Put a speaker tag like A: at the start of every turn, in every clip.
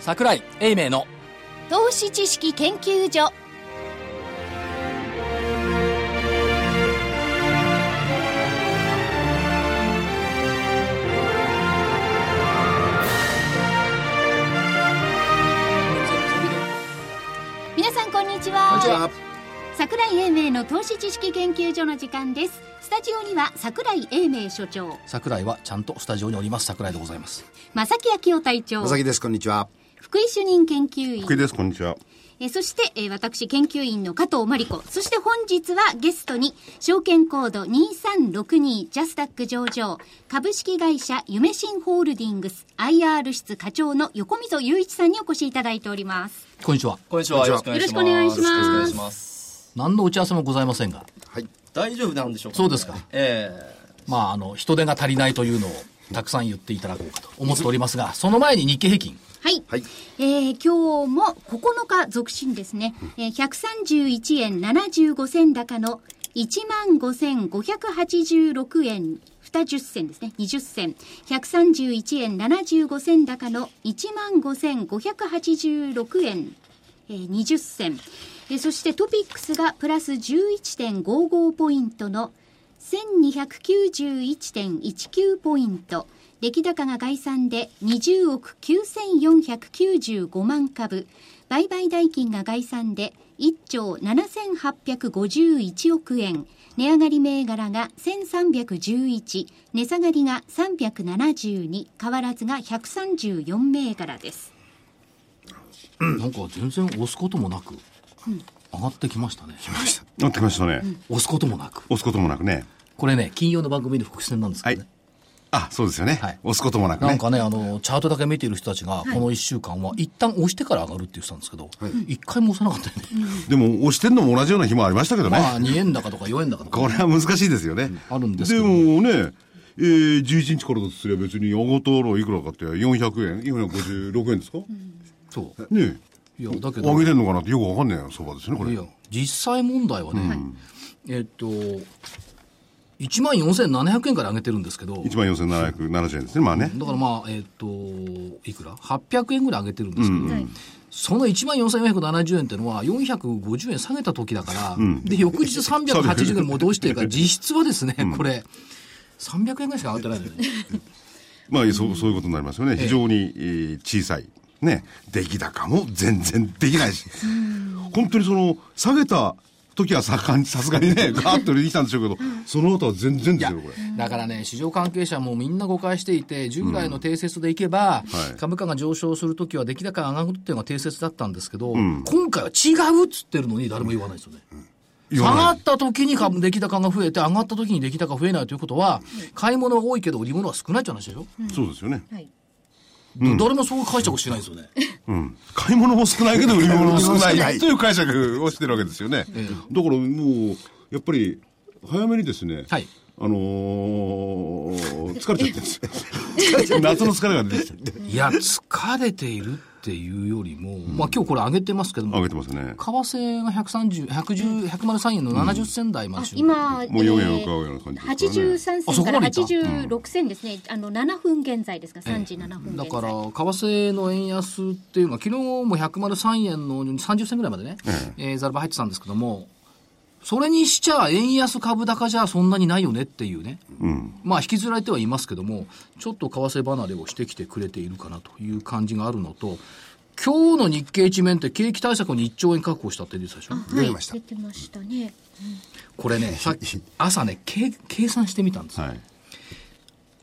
A: 桜井英明の
B: 投資知識研究所皆さんこんにちは
C: こんにちは。
B: 桜井英明の投資知識研究所の時間ですスタジオには桜井英明所長
A: 桜井はちゃんとスタジオにおります桜井でございます
B: 正木昭夫隊長
C: まさきです。こんにちは。
B: 福井主任研究員
D: 福井です、こんにちは。
B: えーそして、えー私、研究員の加藤真理子。そして本日はゲストに、証券コード2362ジャスダック上場、株式会社夢新ホールディングス IR 室課長の横溝雄一さんにお越しいただいております。
A: こんにちは
E: こんにちは。よろしくお願い
B: よろしくお願い
E: します。
B: します
E: よろくお願いします
A: 何の打ち合わせもございませんが
C: はい。
E: 大丈夫なんでしょうか、
A: そうですか
E: え
A: まああの人手が足りないというのをたくさん言っていただこうかと思っておりますがその前に日経平均
B: はい。
C: はい
B: えー今日も9日続進ですね。えー131円75銭高の15,586円。20銭ですね。20銭。131円75銭高の15,586円。えー20銭。えーそしてトピックスがプラス11.55ポイントの1291.19ポイント。出来高が概算で20億9495万株。売買代金が概算で1兆7851億円。値上がり銘柄が1311。値下がりが372。変わらずが134銘柄です。
A: なんか全然押すこともなく上がってきましたね
D: 乗ってきましたね。
A: 押すこともなく
D: 押すこともなくね。
A: これね金曜の番組で伏線なんですけ
D: は
A: どね、
D: い。あ、そうですよね
A: はい。
D: 押すこともなく
A: なん
D: ね。
A: かね、あの、チャートだけ見ている人たちが、この1週間は、一旦押してから上がるって言ってたんですけど、一回も押さなかったよね。
D: でも、押してんのも同じような日もありましたけどね。
A: まあ、2円高とか4円高とか。
D: これは難しいですよね。
A: あるんですけど
D: もね、えー、11日からだとすれば別に上がったらいくらかって400円、456円ですか
A: そう。
D: ね
A: いや、だけ
D: 上
A: ど、
D: げ
A: い
D: てんのかなってよくわかんないそばですね、これ
A: や。、実際問題はね、えっと、1万4700円から上げてるんですけど、
D: 1万4770円ですね、まあね。
A: だからまあ、えっと、いくら ?800 円ぐらい上げてるんですけど、
B: はい
A: その1万4470円っていうのは、450円下げた時だから、で、翌日380円戻してる から、実質はですね、これ、300円ぐらいしか上がってないのよね。
D: まあ、そう、そういうことになりますよね。非常に、えー小さい。ね。出来高も全然できないし。本当にその、下げた時はさかんさすがにね、ガーッと出てきたんでしょうけど、その後は全然ですよ、これ。
A: だからね、市場関係者もみんな誤解していて、従来の定説でいけば、
D: はい
A: 株価が上昇するときは出来高が上がるっていうのが定説だったんですけど、今回は違うっつってるのに誰も言わないですよね。
D: 言
A: 上
D: わ
A: が
D: ない
A: った時に株出来高が増えて、上がった時に出来高が増えないということは、買い物は多いけど売り物は少ないって話でしょ、
D: そうですよね。
B: はい。
A: 誰もそういう解釈しないですよね。
D: うん。買い物も少ないけど、売り物も少ない
C: 買物も少ない
D: いという解釈をしてるわけですよね。だからもう、やっぱり、早めにですね、
A: はい
D: あのー、疲れちゃってるんですよ 疲れちゃって夏の疲れが出てきちゃって。
A: いや、疲れているっていうよりも、まあ今日これ上げてますけども、
D: 上げてます
A: 為
D: ね。
A: 替が130、110、103円の70銭台まで、
B: 今、
D: もう4円
B: えー
D: 浮かうような感じですからね。
B: 83銭
A: あそこ
B: から
A: まで行った
B: 86銭ですね、あの7分現在ですが、3時7分現
A: だ
B: 在。
A: から、為替の円安っていうのは、昨日も103円の30銭ぐらいまでね、えーざるば入ってたんですけども、それにしちゃ、円安株高じゃそんなにないよねっていうね、まあ、引きずられてはいますけども、ちょっと為替離れをしてきてくれているかなという感じがあるのと、今日の日経一面って景気対策に1兆円確保したって出てたでしょ
C: 出てました
B: 出てましたね。
A: これね、さっき朝ね、け計算してみたんですよ
D: はい。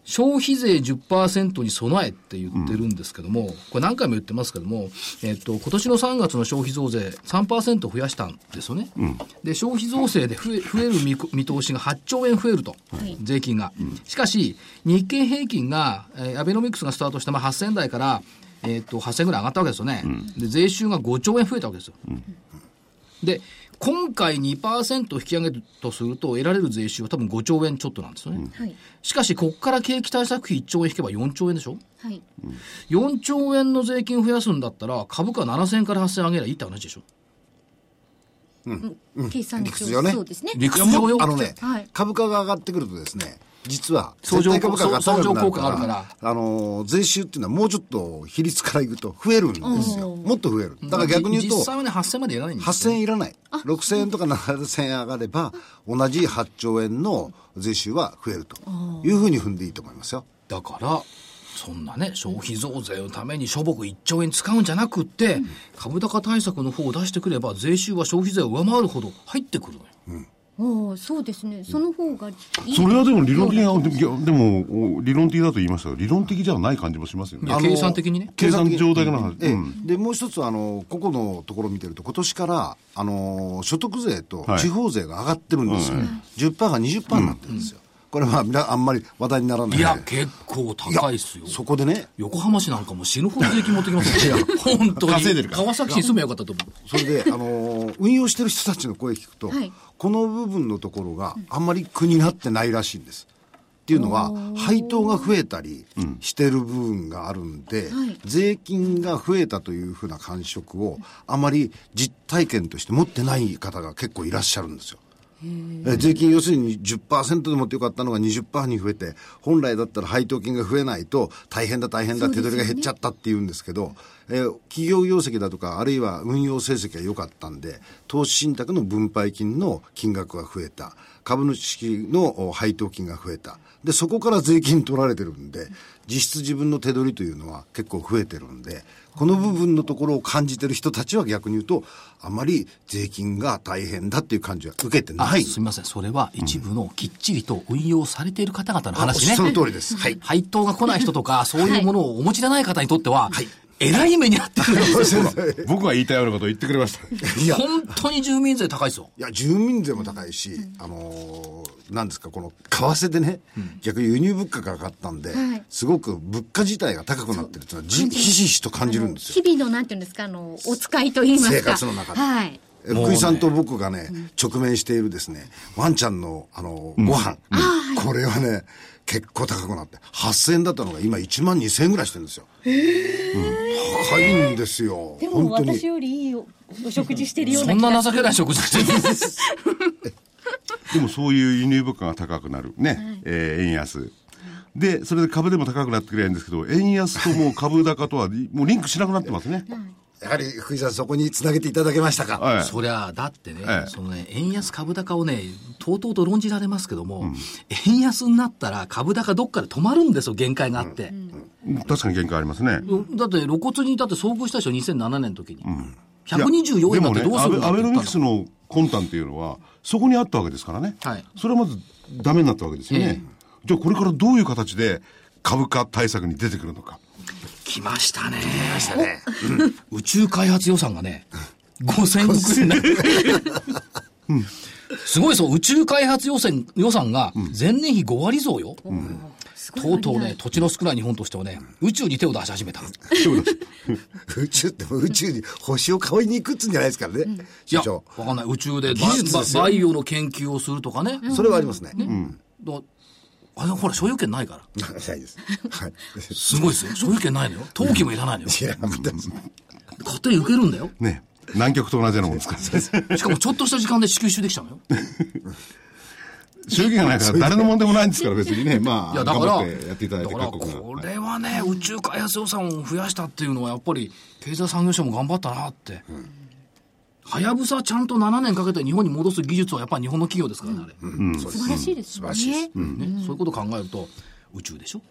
A: 消費税10%に備えって言ってるんですけども、これ何回も言ってますけども、えっと、今年の3月の消費増税3%増やしたんですよね。で、消費増税で増え増える見こ見通しが8兆円増えると、
B: い
A: 税金が。しかし、日経平均が、えーアベノミクスがスタートした、まあ、8000台から、えっと、8000ぐらい上がったわけですよね。で、税収が5兆円増えたわけですよ。で、今回2%引き上げるとすると、得られる税収は多分5兆円ちょっとなんですよね。
B: はい。
A: しかし、ここから景気対策費1兆円引けば4兆円でしょ
B: はい。
A: ?4 兆円の税金を増やすんだったら、株価7000円から8000円上げればいいって話でしょ
B: 計算
C: 理
B: 上、
C: 屈上ね
B: そうですね。
A: 理屈上よ
C: あのね
B: はい、
C: 株価が上がってくるとですね、実は、
A: 相乗
C: 絶対株価が高くなる
A: 相乗効果があるから
C: あのー、税収っていうのはもうちょっと比率からいくと増えるんですよ。
F: おー
C: もっと増える。だから逆に言うと、
A: 実際はね、8000までやらないんですよ
C: 8000円いらない。6000円とか7000円上がれば、同じ8兆円の税収は増えるというふうに踏んでいいと思いますよ。
A: だから、そんなね、消費増税のために諸国1兆円使うんじゃなくって、株高対策の方を出してくれば、税収は消費税を上回るほど入ってくるのよ。
F: おーそうですねその方がいい
D: それはでも理論的な、でもいやでも、お理論的だと言いましたけど、理論的じゃない感じもしますよね。
A: いや
C: あの
A: 計算的にね
D: 計算上だけの話。
C: ええ
D: うん。
C: でもう一つはあの、個々のところを見てると、今年からあの所得税と
D: はい
C: 地方税が上がってるんですよ、10%が20%になってるんですよ、これはみんなあんまり話題にならない
A: いや、
C: で
A: 結構高いっすよ。
C: そこでね、
A: 横浜市なんかもう死ぬほど税金持ってきますよ。いや、本当に。
D: 稼いでるから
A: 川崎市に住めばよかったと思う。
C: そ れで、あのー運用してる人たちの声聞くと、
F: はい
C: この部分のところがあんまり苦になってないらしいんです。っていうのは、配当が増えたりしてる部分があるんで、
F: はい
C: 税金が増えたというふうな感触を、あまり実体験として持ってない方が結構いらっしゃるんですよ。え税金要するに10%でもってよかったのが20%に増えて本来だったら配当金が増えないと大変だ大変だ手取りが減っちゃったって言うんですけどえー企業業績だとかあるいは運用成績が良かったんで投資信託の分配金の金額が増えた株主のお配当金が増えたでそこから税金取られてるんで実質自分の手取りというのは結構増えてるんでこの部分のところを感じてる人たちは逆に言うとあまり税金が大変だっていう感じは受けてない
A: あすみません。それは一部のきっちりと運用されている方々の話ね。
C: その通りです。はい。
A: 配当が来ない人とか、そういうものをお持ちでない方にとっては、えらい目にあってくるんですよ。
D: 僕が言いたいようなことを言ってくれました。
C: いや、い
A: 本当に住民税高いですよ。
C: や、住民税も高いし、あのーなんですか、この為替でね、逆に輸入物価が上がったんで、
F: はい
C: すごく物価自体が高くなってるっていうのは、じひしひしと感じるんですよ。
F: 日々のなんていうんですかあのお使いと言いますか
C: 生活の中で
F: はい
C: え福井さんと僕がね、直面しているですね、ワンちゃんの、あのーご飯、これはね、結構高くなって、8000円だったのが今1万2000円ぐらいしてるんですよ。うん高いんですよ。
B: でも
C: 本当に。
B: 私よりいいおお食事してるような
A: そん
B: 気が
A: な情けない食事してるんです。
D: でもそういう輸入物価が高くなる。ね。えー円安。で、それで株でも高くなってくれるんですけど、円安ともう株高とは、もうリンクしなくなってますね。
C: やはり福井さんそこにつなげていただけましたか。
D: は い。
A: そりゃあ、だってね、
D: ええ
A: そのね、円安株高をね、とうとうと論じられますけども、円安になったら株高どっかで止まるんですよ、限界があって。
D: 確かに限界ありますね。
A: だって露骨に、だって遭遇したでしょ、2007年の時に。
D: い
A: 124
D: や
A: 円なんて
D: で
A: ど
D: も
A: うするん
D: ね、
A: だ
D: ア
A: って
D: ベアベノ
A: 言
D: ミ
A: っ
D: ク
A: た
D: ス
A: の。
D: の魂胆っていうのは、そこにあったわけですからね。
A: はい
D: それはまずダメになったわけですよね。じゃあこれからどういう形で株価対策に出てくるのか。
A: 来ましたね。うん宇宙開発予算がね、5000億円になる。すごいですよ、宇宙開発予算予算が前年比5割増よ。とうとうね、土地の少ない日本としてはね、宇宙に手を出し始めた。
C: 宇宙って宇宙に星を買いに行くっつうんじゃないですからね、
A: い
C: 社
A: や、
C: 長
A: わ。かんない。宇宙でバ
C: 技術です
A: バ
C: よ
A: バイオの研究をするとかね。
C: それはありますね。
A: だあれほら、所有権ないから。
C: ないです。はい。
A: すごいですよ。所有権ないのよ。登記もいらないのよ。
C: いや、私
A: 勝手に受けるんだよ。
D: ね。南極と同じようなもんですから。
A: しかもちょっとした時間で支給集できちゃうのよ。
D: 収益がないから誰の問題もないんですから別にね。ま
A: い
D: あ、
A: や、だ
D: 頑
A: から、
D: 張ってやっていただいて
A: だから
D: 各国が。
A: こ
D: はい
A: れはね、宇宙開発予算を増やしたっていうのは、やっぱり、経済産業省も頑張ったなって。はやぶさちゃんと7年かけて日本に戻す技術はやっぱり日本の企業ですからね、あれ。
F: 素晴らしいですよね、
A: ね、そういうことを考えると宇宙でしょ、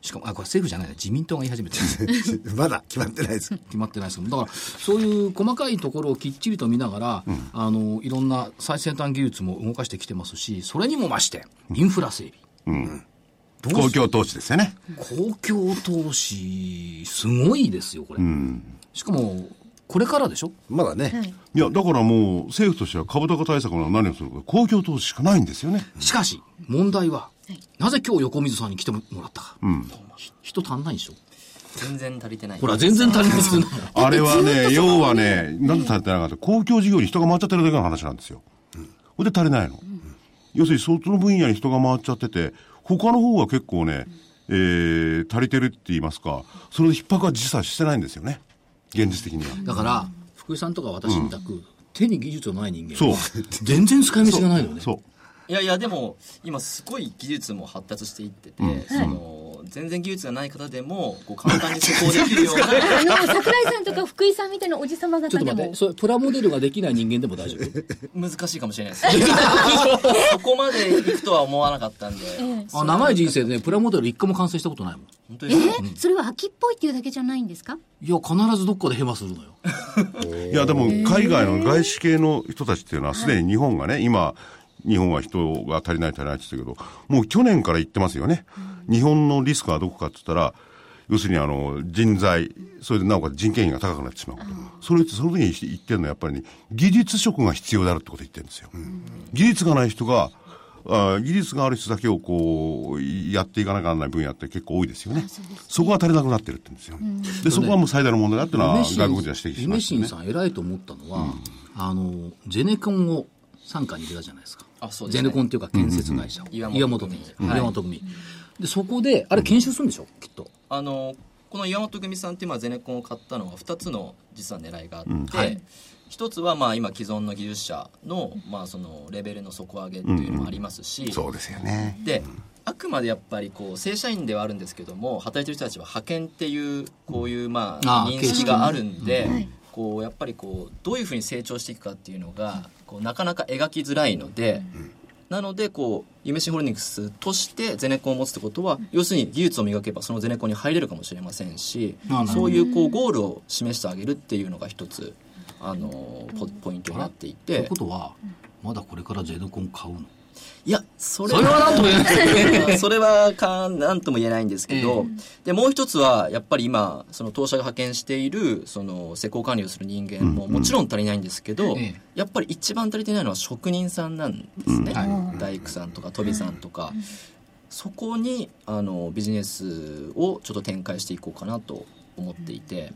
A: しかもあこれ政府じゃないね自民党が言い始めてる
C: まだ決まってないです。
A: 決まってないですけどだからそういう細かいところをきっちりと見ながら、あのいろんな最先端技術も動かしてきてますしそれにも増してインフラ整備、
D: 公共投資ですよね。
A: 公共投資すごいですよこれ、しかもこれからでしょ
C: まだね。
D: いや、だからもう政府としては株高対策なら何をするか、公共投資しかないんですよね。
A: しかし問題は、なぜ今日横水さんに来てもらったか、ひ人足んないでしょ
E: 全然足りてない。
A: ほら全然足りないですよ
D: あれはね、要はね、なんで足りてなかった公共事業に人が回っちゃってるだけの話なんですよ。ほ、んで足りないの。要するに、その分野に人が回っちゃってて、他の方は結構ね、えー、足りてるって言いますか、それで逼迫は実際してないんですよね。現実的には。
A: だから、福井さんとか私みたく、手に技術のない人間
D: そう
A: は全然使い道がないのね。
D: そう。
E: いやいやでも今すごい技術も発達していってて、その全然技術がない方でもこう簡単に施工できるような
B: あの桜井さんとか福井さんみたいなおじ様
A: ちょ
B: 方
A: っと
B: で
A: 待っ
B: も
A: て、それプラモデルができない人間でも大丈夫
E: 難しいかもしれないです そこまでいくとは思わなかったんで
A: あ長い人生でね、プラモデル一個も完成したことないもん。
E: 本当
F: え
E: に
F: ーそれは秋っぽいっていうだけじゃないんですか
A: いや、必ずどっかでヘマするのよ。
D: いや、でも海外の外資系の人たちっていうのは、すでに日本がね、今、日本は人が足りない足りないって言ってたけど、もう去年から言ってますよね。日本のリスクはどこかって言ったら、要するにあの人材、それでなおかつ人件費が高くなってしまうこと。それってその時に言ってるのはやっぱりね、技術職が必要であるってことを言ってるんですよ。技術がない人が、あー技術がある人だけをこう、やっていかなきゃならない分野って結構多いですよね。そこが足りなくなってるって言うんですよ。で、そこはもう最大の問題だっていうのは
A: 夢
D: 外
A: 新
D: 国人は指摘してますよね。
A: さん偉いと思ったのは、あの、ゼネコンを傘下に入れたじゃないですか。
E: あそうです
A: ゼ
E: ね
A: ネコンっていうか建設会社を。
E: うんうん
A: 岩本組。
E: はい
A: 岩本組。で、そこで、あれ研修するんでしょきっと。
E: あのこの岩本組さんって今ゼネコンを買ったのは2つの実は狙いがあって、
A: はい
E: 1つはまあ今既存の技術者のまあそのレベルの底上げっていうのもありますし、
D: そうですよね。
E: であくまでやっぱりこう正社員ではあるんですけども働いてる人たちは派遣っていうこういうま
A: あ
E: あ
A: あ
E: 認識があるんで
B: んはい
E: こうやっぱりこうどういうふうに成長していくかっていうのがこうなかなか描きづらいので。なのでこう夢新ホールディングスとしてゼネコンを持つってことは要するに技術を磨けばそのゼネコンに入れるかもしれませんし
A: なるほど
E: そういうこうゴールを示してあげるっていうのが一つあのポポイントになってい
A: とい
E: て
A: うことは、まだこれからゼネコン買うの
E: いやそれ
A: それはなんとも言えない。
E: それはかなんとも言えないんですけど、でもう一つはやっぱり今その当社が派遣しているその施工管理をする人間ももちろん足りないんですけど、
A: ええ
E: やっぱり一番足りてないのは職人さんなんですね、
A: は
E: 大工さんとか飛びさんとか、そこにあのビジネスをちょっと展開していこうかなと思っていて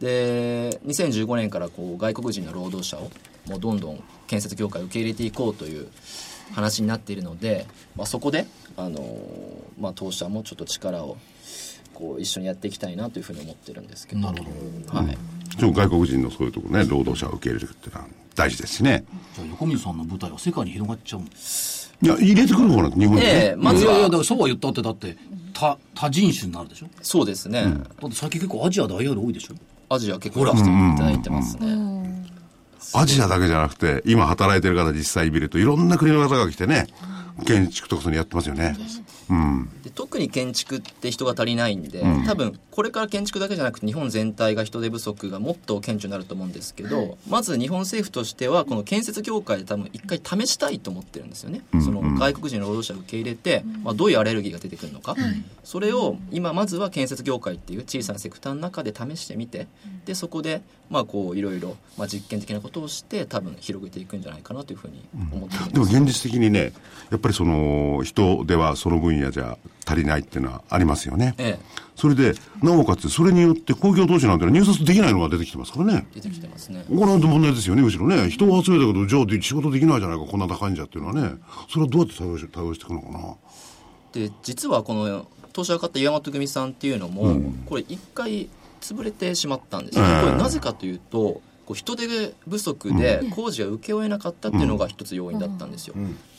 E: で2015年からこう外国人の労働者をもうどんどん建設業界を受け入れていこうという話になっているので、まあ、そこで、あのまあ、当社もちょっと力をこう一緒にやっていきたいなというふうに思ってるんですけど。
A: なるほど。
E: はい
D: そう外国人のそういうところね、労働者を受け入れるっていうのは大事ですしね。
A: じゃあ横水さんの舞台は世界に広がっちゃうの
D: いや、入れてくる方なんて日本に、
E: ええ
D: ね。
E: ま
A: い
E: ず
A: やいや、
E: は
A: だからそうは言ったって、だって、多、多人種になるでしょ
E: そうですね、
A: だって最近結構アジアで IR 多いでしょ
E: アジア結構来ていただいてますね、
D: アジアだけじゃなくて、今働いてる方実際見ると、いろんな国の方が来てね、建築とかそういうのやってますよね。うん。
E: で特に建築って人が足りないんで、多分これから建築だけじゃなくて日本全体が人手不足がもっと顕著になると思うんですけどまず日本政府としてはこの建設業界で多分一回試したいと思ってるんですよね、その外国人の労働者を受け入れて、まあ、どういうアレルギーが出てくるのか、それを今まずは建設業界っていう小さなセクターの中で試してみてでそこでまあこういろいろまあ実験的なことをして多分広げていくんじゃないかなというふうに思ってるんです、
D: でも現実的にね、やっぱりその、人ではその分野じゃ足りないっていうのはありますよね。
E: ええ
D: それで、なおかつ、それによって公共投資なんてのは入札できないのが出てきてますからね。
E: 出てきてますね、
D: これなんて問題ですよね、むしろね。人を集めたけど、じゃあで仕事できないじゃないか、こんな高いんじゃっていうのはね。それはどうやって対応し対応していくのかな。
E: で実はこの当社が買った岩本組さんっていうのも、これ一回潰れてしまったんですよ、
D: ええ
E: これなぜかというとこう人手不足で工事が請け負えなかったっていうのが一つ要因だったんですよ、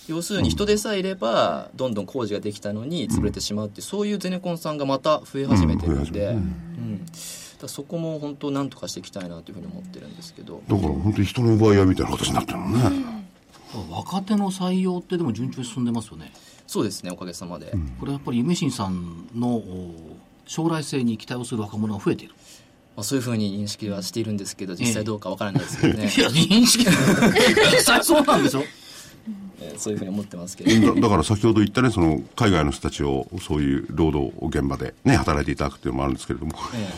E: 要するに人手さえいればどんどん工事ができたのに潰れてしまうってそういうゼネコンさんがまた増え始めてるんで、うんだからそこも本当なんとかしていきたいなというふうに思ってるんですけど
D: だから本当に人の奪い合いみたいな形になってるのね。
A: 若手の採用ってでも順調に進んでますよね。
E: そうですねおかげさまで、
A: これはやっぱり夢新さんのお将来性に期待をする若者が増えている。
E: まあ、そういうふうに認識はしているんですけど実際どうかわからないですけど ね
A: い、や、認識 実際そうなんでしょ
E: えーそういうふうに思ってますけど
D: だだから先ほど言ったね、その海外の人たちをそういう労働現場でね、働いていただくっていうのもあるんですけれども、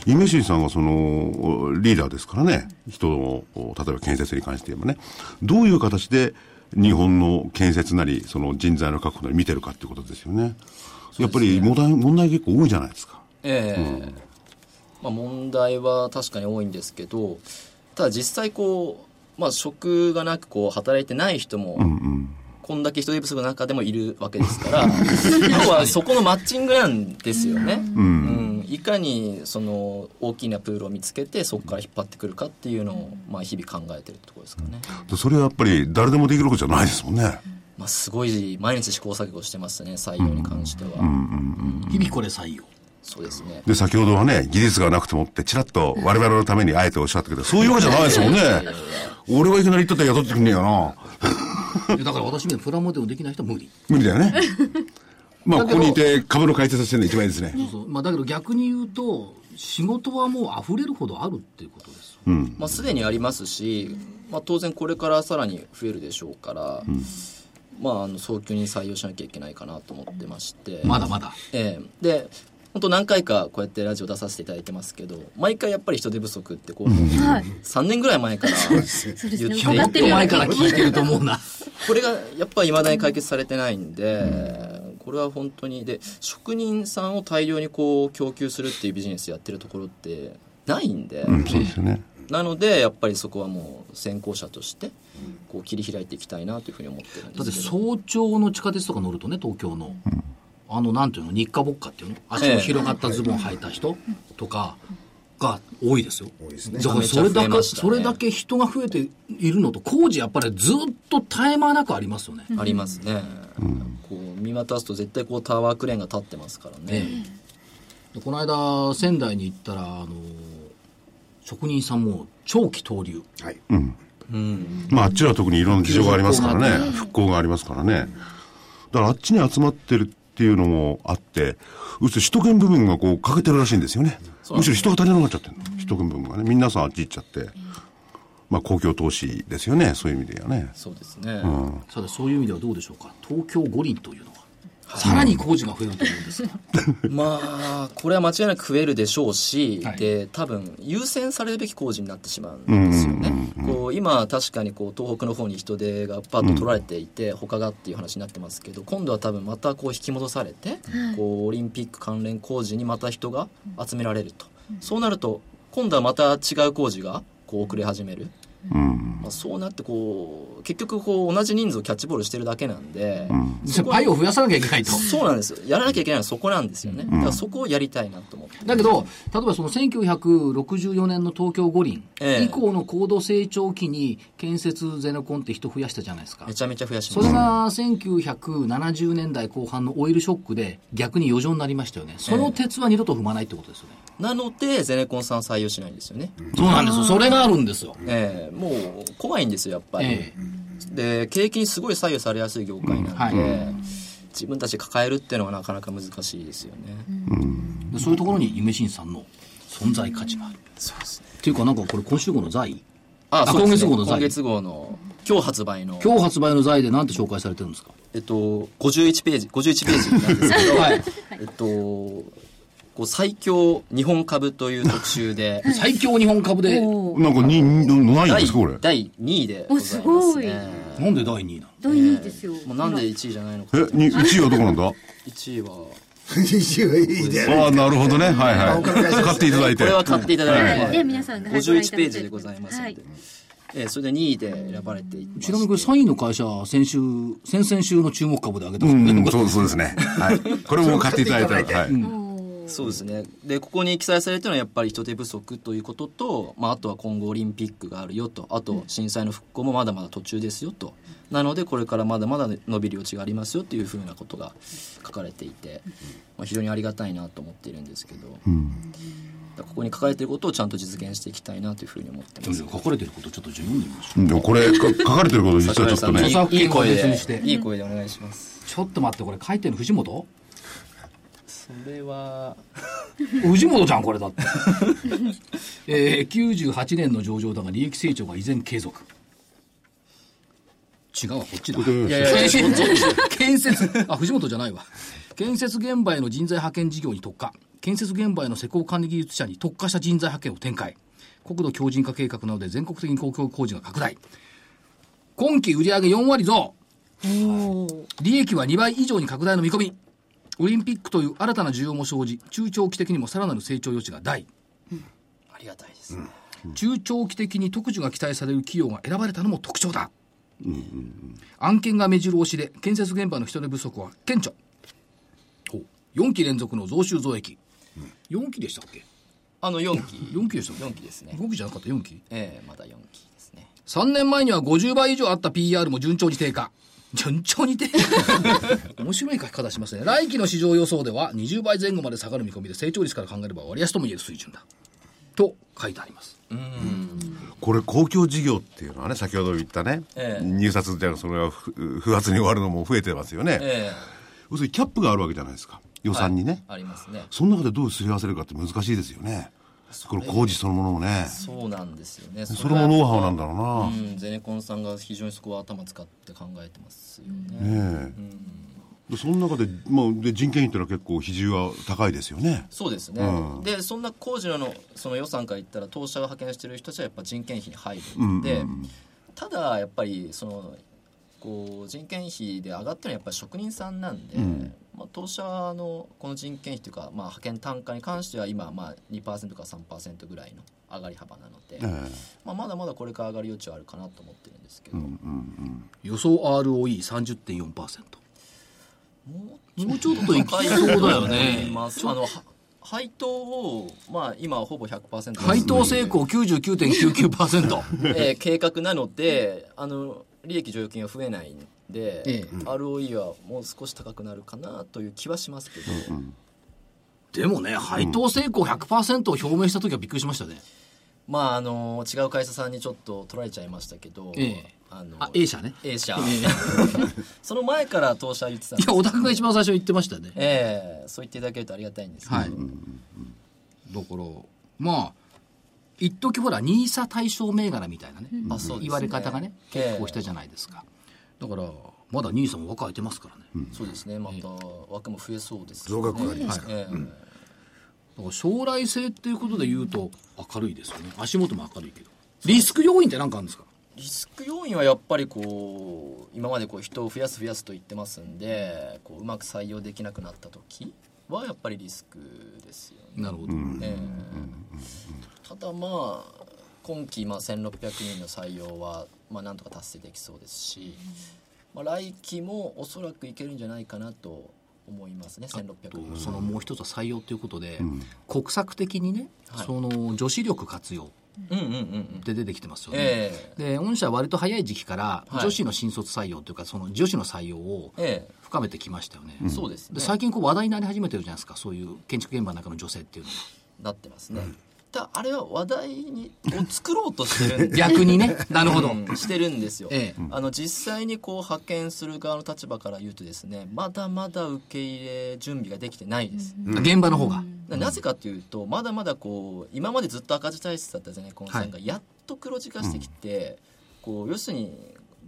D: イメシンさんはそのリーダーですからね、人の、例えば建設に関して言えばね、どういう形で日本の建設なり、その人材の確保なり見てるかっていうことですよね。やっぱり問題問題結構多いじゃないですか。
E: ええまあ、問題は確かに多いんですけどただ実際こう、まあ、職がなくこう働いてない人も、こんだけ人手不足の中でもいるわけですから 要はそこのマッチングなんですよね、うんいかにその大きなプールを見つけてそこから引っ張ってくるかっていうのを、まあ、日々考えてるところですかね。
D: でそれはやっぱり誰でもできることじゃないですもんね。
E: まあ、すごい毎日試行錯誤してますね採用に関しては、
A: 日々これ採用。
E: そうですね
D: で、先ほどはね、技術がなくてもって、ちらっと我々のためにあえておっしゃってくれた。そういうわけじゃないですもんね。俺がいきなり言ったって雇ってくんねえよな。
A: いやだから私みたいにプラモデルできない人は無理。
D: 無理だよね。まあ、ここにいて株の解説をしてるのが一番いいですね。
A: そうまあ、だけど逆に言うと、仕事はもう溢れるほどあるっていうことです。
E: まあ、すでにありますし、まあ、当然これからさらに増えるでしょうから、まあ、あの早急に採用しなきゃいけないかなと思ってまして、
A: まだまだ。
E: ええで本当何回かこうやってラジオ出させていただいてますけど毎回やっぱり人手不足ってこう、
B: はい。
E: 3年ぐらい前から
B: そうですね。
E: 言って
B: 伺
A: も
B: っ
A: ってと
B: る
A: 前から聞いてると思うな。
E: これがやっぱり未だに解決されてないんで、これは本当にで職人さんを大量にこう供給するっていうビジネスやってるところってないんで、
D: うん、そうですよね。
E: なのでやっぱりそこはもう先行者としてこう切り開いていきたいなというふうに思ってるん
A: だっ
E: で
A: て
E: すけど。
A: 早朝の地下鉄とか乗るとね、東京の。あの、なんていうの、日課ぼっかっていうの足の広がったズボン履いた人とかが多いですよ。
C: 多いですね
A: だからそれだ
E: めちゃめちゃ増え
A: け、
E: ましたね
A: それだけ人が増えているのと、工事やっぱりずっと絶え間なくありますよね。
E: ありますね、こう見渡すと絶対こうタワークレーンが立ってますからね、
A: でこの間、仙台に行ったら、あの、職人さんも長期投留。
C: はい。
E: うん、
D: まあ、あっちは特にいろんな事情がありますからね。復興がありますからね。だから、あっちに集まってるっていうのもあって、うつ首都圏部分がこう欠けてるらしいんですよね。むしろ人が足りなくなっちゃってるの。首都圏部分がね。皆さんあっち行っちゃって。まあ、公共投資ですよね。そういう意味ではね。
E: そうですね、
A: さて、そういう意味ではどうでしょうか。東京五輪というのは。さらに工事が増えると思うん ですが。
E: まあこれは間違いなく増えるでしょうし、
A: はい
E: で多分優先されるべき工事になってしまうんですよね。こう今確かにこう東北の方に人手がパッと取られていて、他がっていう話になってますけど今度は多分またこう引き戻されて、こうオリンピック関連工事にまた人が集められると、そうなると今度はまた違う工事がこう遅れ始める。
D: うん。
E: まあ、そうなってこう結局こう同じ人数をキャッチボールしてるだけなんで、
A: 先輩を増やさなきゃいけないと。
E: そうなんですよやらなきゃいけないのはそこなんですよね、だからそこをやりたいなと思って
A: だけど、例えばその1964年の東京五輪
E: ええ
A: 以降の高度成長期に建設ゼネコンって人増やしたじゃないですか
E: め。ちゃめちゃ増やし
A: そ
E: ま
A: れ
E: した
A: が1970年代後半のオイルショックで逆に余剰になりましたよね。その鉄は二度と踏まないってことですよね。
E: なのでゼネコンさんは採用しないんですよね、
A: そうなんですよ。それがあるんですよ。
E: ええもう怖いんですよやっぱり、
A: ええ
E: で景気にすごい左右されやすい業界なんで、
A: はい
E: 自分たちで抱えるっていうのはなかなか難しいですよね、
A: でそういうところに夢新さんの存在価値がある。
E: そうですね
A: っていうかなんかこれ今週号の在
E: あ
A: あ
E: そうですね
A: 今月号の財
E: 今月号の今日発売の
A: 今日発売の在でなんて紹介されてるんですか
E: えっと、51ページ、51ページなんですけど、
A: はい
E: えっと、こう最強日本株という特 集で、
A: 最強日本株で、
D: なんかに、にないん
E: 第
D: ですか、これ。
E: 第2位でござい
B: お
E: ますす
B: ごい
E: ね。
A: なんで第2位なの
B: 第2位ですよ。
E: もうなんで1位じゃないの
D: え、
E: か
D: に、1位はどこなんだ
E: 1位は、こ
C: いいね。
D: ああ、なるほどね。はいはい。買っていただいて。
E: れは買っていただい
B: はい。で、
E: て、
B: 皆さんがはいご覧いた
E: 51
B: だ
E: ペ
B: い
E: ー
B: て
E: ジでございます
B: は
E: の
B: い
E: で、えーそれで2位で選ばれていまして
A: ちなみにこれ3位の会社は先週、先々週の注目株で上げたんです
D: う
A: よね
D: ん、そうそうですね。はい。これも買っていただいて。はい。
E: そうですねでここに記載されてるのはやっぱり人手不足ということと、まあ、あとは今後オリンピックがあるよとあと震災の復興もまだまだ途中ですよとなのでこれからまだまだ伸びる余地がありますよというふうなことが書かれていて、まあ、非常にありがたいなと思っているんですけど、だからここに書かれていることをちゃんと実現していきたいなというふうに思ってます。
A: でも書かれてることちょっと自分で見ましょ
D: でもこれ、か書かれてること実はちょっと
E: い
D: ね
A: さ。
E: いい
A: 著作権
E: い声
A: は別に
E: で
A: して
E: いい声でお願いします。
A: うちょっと待って、これ書いてるの藤本
E: それは
A: 藤本じゃん、これだって。 えー、98年の上場だが利益成長が依然継続。違うわ、こっちだ。
E: いやいやいや
A: 建建設、あ、藤本じゃないわ。建設現場への人材派遣事業に特化。建設現場への施工管理技術者に特化した人材派遣を展開。国土強靭化計画などで全国的に公共工事が拡大。今期売上4割増。利益は2倍以上に拡大の見込み。オリンピックという新たな需要も生じ、中長期的にもさらなる成長余地が大。
E: ありがたいですね。
A: 中長期的に特需が期待される企業が選ばれたのも特徴だ、案件が目白押しで建設現場の人手不足は顕著4期連続の増収増益、4期でしたっけ
E: あの4期
A: 4期でしたっ
E: 4期です
A: け
E: ね。
A: 5期じゃなかった4期
E: ええまだ4期ですね。
A: 3年前には50倍以上あった PR も順調に低下 順調にて面白い書き方しますね来期の市場予想では20倍前後まで下がる見込みで成長率から考えれば割安ともいえる水準だと書いてあります
D: これ公共事業っていうのはね先ほど言ったね、
E: ええ
D: 入札みたいなそれがふ不発に終わるのも増えてますよね、
E: え
D: 要するにキャップがあるわけじゃないですか予
E: え
D: 算にね、
E: はいありますね
D: その中でどうすり合わせるかって難しいですよねこの工事そのものもね
E: そうなんですよね
D: それもノウハウなん
E: だ
D: だろう
E: う
D: な、
E: んゼネコンさんが非常にそこは頭使って考えてますよね、
D: ねえでその中で,、まあ、で人件費っていうのは結構比重は高いですよね
E: そうですね、
D: うん
E: でそんな工事のその予算から言ったら当社が派遣してる人たちはやっぱ人件費に入るんで、ただやっぱりそのこう人件費で上がってるのはやっぱり職人さんなんで、まあ、当社のこの人件費というか、まあ、派遣単価に関しては今まあ2%から3%ぐらいの上がり幅なので、
D: ええ
E: まあ、まだまだこれから上がる余地はあるかなと思ってるんですけど、
A: 予想 ROE30.4%
E: もう
A: もうちょっといきそうだよ
E: 高いと思い
A: ね
E: ますあのは配当を、まあ、今ほぼ100%
A: 配当成功99.99%
E: えー計画なのであの利益剰余金は増えないん
A: え
E: で、
A: え
E: ROE はもう少し高くなるかなという気はしますけど、
A: でもね配当成功100%を表明した時はびっくりしましたね
E: まああの違う会社さんにちょっと取られちゃいましたけど、
A: ええ
E: あの
A: あ A 社ね
E: A 社 その前から当社言ってたん
A: い
E: で
A: や小田君が一番最初言ってましたね
E: ええそう言っていただけるとありがたいんですけど、
A: はい。だから、まあ、一時ほら、ニーサ対象銘柄みたいなね、
E: あそうですね
A: 言われ方がね、
E: ええ
A: 結構したじゃないですか。だから、まだニーサも若空いてますからね。
E: そうですねまた枠も増えそうです、
C: 増額がありますから
E: ええ
A: だから将来性っていうことで言うと、明るいですよね。足元も明るいけど。リスク要因って何かあるんですか
E: リスク要因はやっぱりこう今までこう人を増やす増やすと言ってますんでこううまく採用できなくなった時はやっぱりリスクですよね。
A: なるほど。
E: ええただまあ今期まあ1600人の採用はまあなんとか達成できそうですし、まあ、来期もおそらくいけるんじゃないかなと思いますね1600人。
A: そのもう一つは採用ということで、国策的にね、
E: はい
A: その女子力活用
E: うんうんうんうん
A: っ、て出てきてますよね。
E: え
A: で御社は割と早い時期から
E: はい
A: 女子の新卒採用というか、その女子の採用を
E: ええ
A: 深めてきましたよね、
E: えそうですね
A: で最近こう話題になり始めてるじゃないですかそういう建築現場の中の女性っていうのは
E: なってますね。ただあれは話題にを作ろうとしてるんで
A: 逆にねなるほど、
E: うんしてるんですよ、
A: ええ
E: あの実際にこう派遣する側の立場から言うとですねまだまだ受け入れ準備ができてないです、
A: 現場の方が、
E: ななぜかというとまだまだこう今までずっと赤字体質だったじゃないコンさんが、やっと黒字化してきて、こう要するに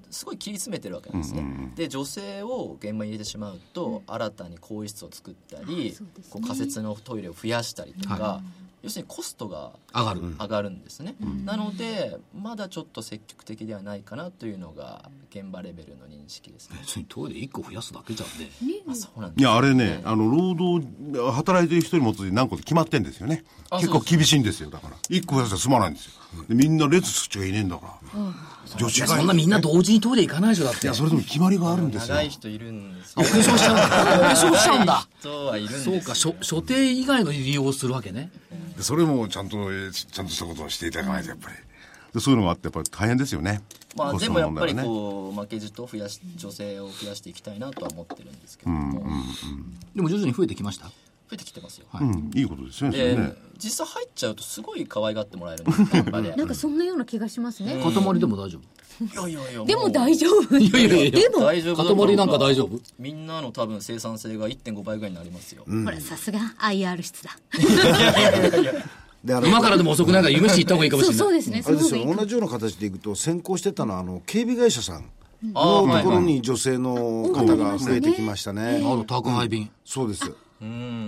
E: すごい切り詰めてるわけなんですね、で女性を現場に入れてしまうと、新たに更衣室を作ったり、
B: そうですね
E: こう仮設のトイレを増やしたりとか、
A: は
E: 要するにコストが
A: 上がる、
E: 上がるんですね、なのでまだちょっと積極的ではないかなというのが現場レベルの認識ですね、
A: 別にトイレ1個増やすだけじゃんね
E: まあ、そうな
D: い
E: んです
D: やあれね、あの労働働いてる人に持つ何個って決まってんですよね
E: あ
D: 結構
E: そうです
D: 厳しいんですよだから一個増やせば済まないんですよでみんな列つくちがいねえんだから、女子
A: いや
D: が
A: そんなみんな同時にトイレ行かないでしょだっ
D: い
A: て
D: やそれでも決まりがあるんですよ
E: 長い人いるんです
A: あ
E: よ
A: 保証しちゃうんだ保証しちゃうんだ
E: 人はいるんです
A: そうか所所定以外の利用をするわけね
D: でそれもちゃんとえーちゃんとしたことをしていただかないとやっぱりでそういうのがあってやっぱり大変ですよね
E: まあ
D: コス
E: で
D: ト
E: も
D: の
E: やっ
D: 問
E: ぱ
D: 題
E: り
D: はね
E: こう負けじと増やし女性を増やしていきたいなとは思ってるんですけども、増
A: でも徐々に増えてきました
E: えてきてますよ、
D: うんいいことですよねそれ
E: で
D: ね
E: 実際入っちゃうとすごい可愛がってもらえるんですよ現場でい
B: なんかそんなような気がしますね。
A: 塊でも大丈夫
E: やいやいや
B: でも大丈夫。
A: いやいやいや
B: でも、
E: 大丈夫だと思う
A: 塊なんか大丈夫
E: みんなの多分生産性が1.5倍ぐらいになりますよ、
B: ほら、さすが IR 室だ。
C: であれ
A: 今からでも遅くないから夢市行った方がいいかもし
B: そ
A: れ
B: う、
A: ない
B: そうですね。
C: あ
B: その方がい
C: れです
B: い
C: よ同じような形でいくと先行してたのはあの警備会社さん
E: ああ
C: の
E: は
C: と
E: い
C: ころ
E: はい
C: に女性の方が増えてきましたね
A: あの宅配便、
C: そうですだか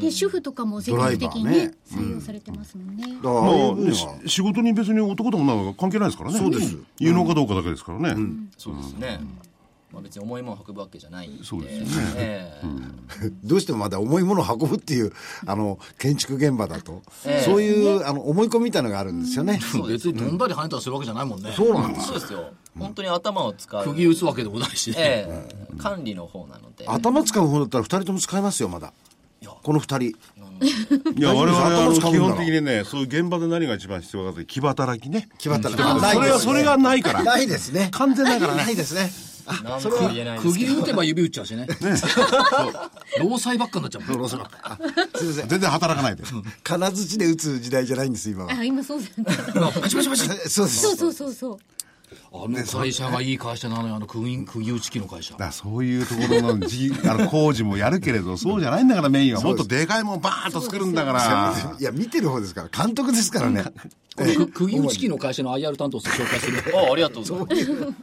B: で、主婦とかも積極的に
C: ドライ
B: ね
C: バ、
B: 採用されてますもんね。
C: らああいう分
D: まあ
C: に
D: し
C: は
D: 仕事に別に男と女は関係ないですからねそうです有能かどうかだけですからね、
E: そうですね、まあ、別に重いものを運ぶわけじゃないんで
D: そうですよね
E: ええ
C: どうしてもまだ重いものを運ぶっていうあの建築現場だと
E: ええ
C: そういうあの思い込みみたいのがあるんですよね
E: そうです
A: 別に飛んだり跳ねたりするわけじゃないもんね
C: そうなん
E: そうですよ本当に頭を使う
A: 釘打つわけでもないし、
E: ええ管理の方なので
C: 頭使う方だったら二人とも使えますよまだ
E: いや
C: この二人
D: いや、我
C: 大丈夫で
D: 々はあの
C: す頭使うん
D: 基
C: だな
D: 本的にね、そういう現場で何が一番必要かというと、気働きね。
C: 決まったら
D: それは、それがないから。
C: ないですね
D: 完全だからね
C: ないですね
E: 何
A: そ
E: と
A: れ
E: も言えな
A: はい
E: ですけ
A: 釘
E: ど
A: 打てば指打っちゃうしね労災ばっかになっちゃうもん
C: ロスバックあすいません
D: 全然働かない で。
C: 金槌で打つ時代じゃないんです今は
B: あ、今そうだね。
A: パチパチパチ
C: そうです
B: そうそうそうそう。
A: あの会社がいい会社なのよあの釘釘打ち機の会社
D: だからそういうところのじあの工事もやるけれど、そうじゃないんだからメインは。もっとでかいもんバーンと作るんだから。
C: いや見てる方ですから監督ですからね
A: これく釘打ち機の会社の IR 担当者紹介する
E: あありがとうございます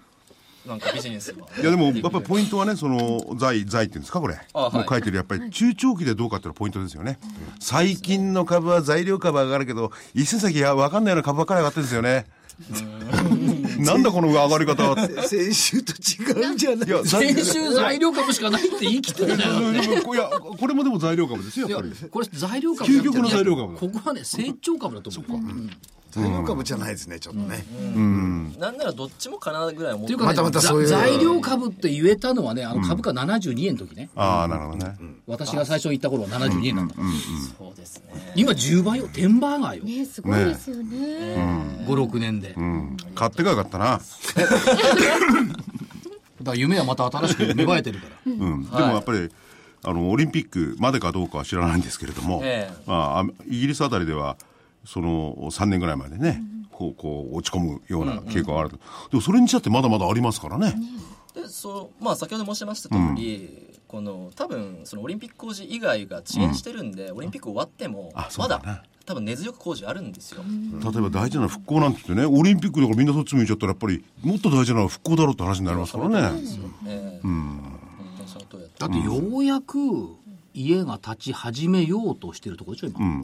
E: なんかビジネスが
D: いやでもやっぱりポイントはね、その財、財っていうんですか、これ、
E: あはい
D: もう書いてる、やっぱり中長期でどうかっていうのはポイントですよね、最近の株は材料株は上がるけど、一銭先は分かんないような株ばっかり上がってるんですよね。なんだこの上がり方は。
C: 先週と違うんじゃない
D: いや、材
A: 先週材料株しかないって言い切ってるじゃんだって
D: いや、これもでも材料株ですよ、
A: い
D: や
A: や
D: っぱり。
A: これ材料株じゃなくて
D: 究極の材料株だ
A: いやここはね成長株だと思うようん
C: 材料株じゃないですねちょっとね、
E: なんならどっちもかなぐらい思
A: っ
E: って
A: い
E: て
A: うかね
C: またまたそういう
A: ざ材料株って言えたのはねあの株価72円の時ね、
D: ああ、なるほどね。
A: 私が最初行った頃は72円なんだから、
E: そうですね
A: 今10倍よ10バーガーよ、
B: ね、すごいですよね。
A: 56年で、だ
D: 買ってかよかった
A: か
D: な。
A: ら夢はまた新しく芽生えてるから
D: うん、でもやっぱり、あのオリンピックまでかどうかは知らないんですけれども、
E: ええ
D: まああ、イギリスあたりではその3年ぐらいまでね、こうこう落ち込むような傾向があると、でもそれにしたってまだまだありますからね、
E: でそうまあ先ほど申しました通り、この多分そのオリンピック工事以外が遅延してるんで、オリンピック終わっても
D: あそ
E: ま
D: うだ
E: だ
D: ね
E: 多分根強く工事あるんですよ、
D: 例えば大事なのは復興なんて言ってねオリンピックだからみんなそっち向いちゃったらやっぱりもっと大事なのは復興だろうって話になりますからね、
E: ええ本当にその通りだと
A: だってようやく家が建ち始めようとしてるところでしょ今、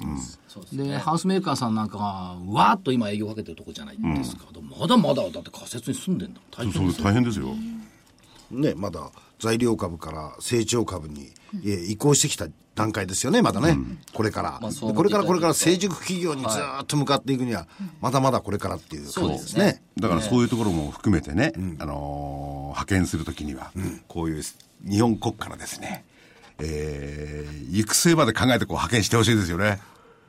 E: そうです
A: で
E: ね
A: ハウスメーカーさんなんかがわーっと今営業かけてるところじゃないですか、でもまだまだだって仮設に住んでんだもん大
D: そ
A: 変
D: れ
A: ですよ
D: 大変ですよ、
C: ねまだ材料株から成長株に、えー移行してきた段階ですよねまだね、これから、
E: まあそう思
C: こ
E: って
C: れ
E: い
C: か
E: ただける
C: ら
E: と
C: これから成熟企業にずーっと向かっていくには、まだまだこれからっていう感じで
E: そ
C: すね
E: うですね
D: だからそういうところも含めてね、あのー派遣するときには、こういう日本国からですね、えー、行く末まで考えてこう派遣してほしいですよね。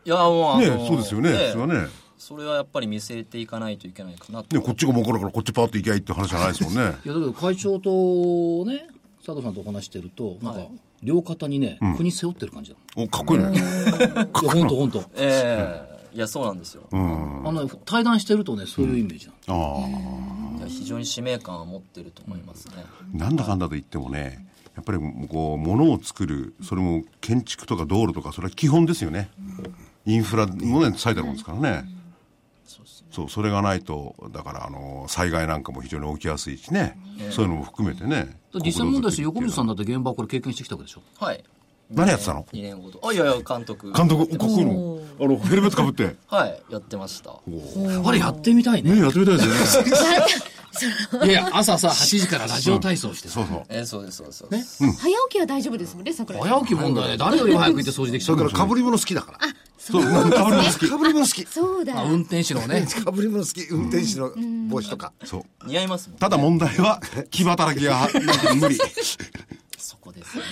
E: いやもうあの
D: ねそうですよねそれはね
E: それはやっぱり見据えていかないといけないかなと
D: ね、こっちが儲かるからこっちパーって行きゃいいって話じゃないですもん ね。
A: いやだけど会長とね佐藤さんとお話してるとなんか両肩にね、国背負ってる感じ だ
D: お、かっこいいね。
A: いや本当本当
E: ええいやそうなんですよ、
A: あのね対談してるとねそういうイメージなの、
D: ああ。
E: いや非常に使命感は持ってると思いますね、
D: なんだかんだと言ってもね、やっぱりこう、物を作る、それも建築とか道路とか、それは基本ですよね。インフラもね、最たるもんですからね。そう、それがないと、だから、あの、災害なんかも非常に起きやすいしね。そういうのも含めてね。
A: 実際問題として横水さん
D: だ。
A: だって現場をこれ経験してきたわけでしょ
E: はい
D: 何やってたの
E: 2年ほどあいやいや監督
D: 監督、かっこいいの。あの、ヘルメットかぶって。
E: はいやってました
A: あれやってみたい
D: ね
A: ね
D: やってみたいですよね。
A: いやいや朝さ8時 からラジオ体操してさ
D: そうそう。
E: ええそうですそうですそうです、
B: 早起きは大丈夫ですもんね、桜井さん。
A: 早起き問題ね誰よりも早く行って掃除できち
C: そ
A: ゃ
C: れ
A: う
C: からかぶり物好きだから
D: そう、なんかあるんです
C: かぶり物好き
B: そうだ。
A: あ運転手のね
C: かぶり物好き運転手の帽子とか、
D: そう。
E: 似合いますもん
D: ただ問題は、木働きがなんか無理。
E: そこですね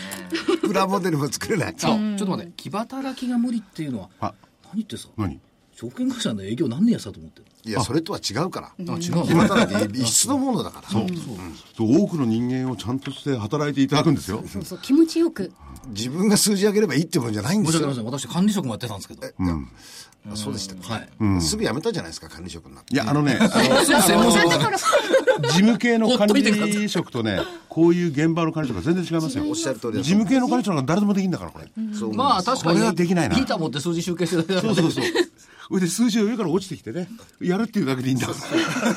C: プラモデルも作れない
A: あちょっと待って木働きが無理っていうのは
D: あ、
A: 何ってさ
D: 何
A: 証券会社の営業何年やってたと思ってる
C: いやそれとは違うから
A: あ違
C: 決ま
A: う
C: たなき一質のものだから
D: そうそう多くの人間をちゃんとして働いていただくんですよ。
B: そうそう、気持ちよく。
C: 自分が数字上げればいいってもんじゃないんで
A: 申し
C: す
A: 訳あり
C: よ
A: ません私管理職もやってたんですけど
C: あそうでしたっけ
A: はい
C: すぐ辞めたじゃないですか管理職になって
D: いや、あのね、あの
A: すぐ専門職
B: だから、
D: 事務系の管
A: ほっといてくださ
D: 理職とね、こういう現場の管理職は全然違いますよ。
C: おっしゃる通りだ
D: 事務系の管理職なんか誰でもできるんだから、これ。
C: そう思い
A: ま
C: ま
A: あ
C: す
A: 確かに
D: これはできないな
A: ギター持って数字集計してるだけだ
D: そうそうそう。それで数字が上から落ちてきてね、やるっていうだけでいいんだか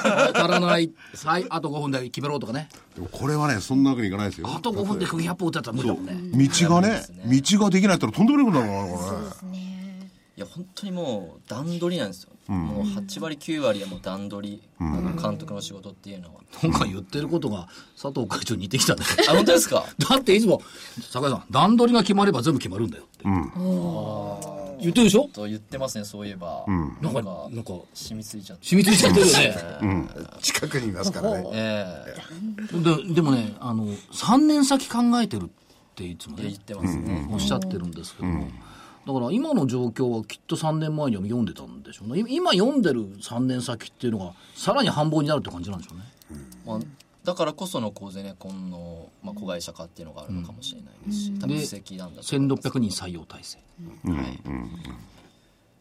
D: ら。
A: 当たらないはいあと5分で決めろとかね
D: でもこれはね、そんなわけにいかないですよ。
A: あと5分で釘100本打ってたら無理だもんね
D: 道がね、道ができないったらとんでもなくなるから、これ。
E: いや本当にもう段取りなんですよ、もう8割9割はもう段取り、あの監督の仕事っていうのは
A: なんか言ってることが佐藤会長に似てきたね
E: あ本当ですか
A: だっていつも坂井さん段取りが決まれば全部決まるんだよって、言ってるでしょ
E: と言ってますねそういえば、
A: なん
E: な
A: か
E: んか
A: なんか
E: 染みついちゃって
A: 染みついちゃってるよね
C: 近くにいますからね
E: ええ
A: ででもねあの3年先考えてるっていつも
E: 言
A: ね
E: ってますね、
A: おっしゃってるんですけども、だから今の状況はきっと3年前には読んでたんでしょうねい今読んでる3年先っていうのがさらに繁忙になるって感じなんでしょうね
E: まあ、だからこそのこうゼネコンの、まあ、子会社化っていうのがあるのかもしれないですし、多分
A: で
E: 布石なんだと思います
A: 1600人採用体制。
E: はい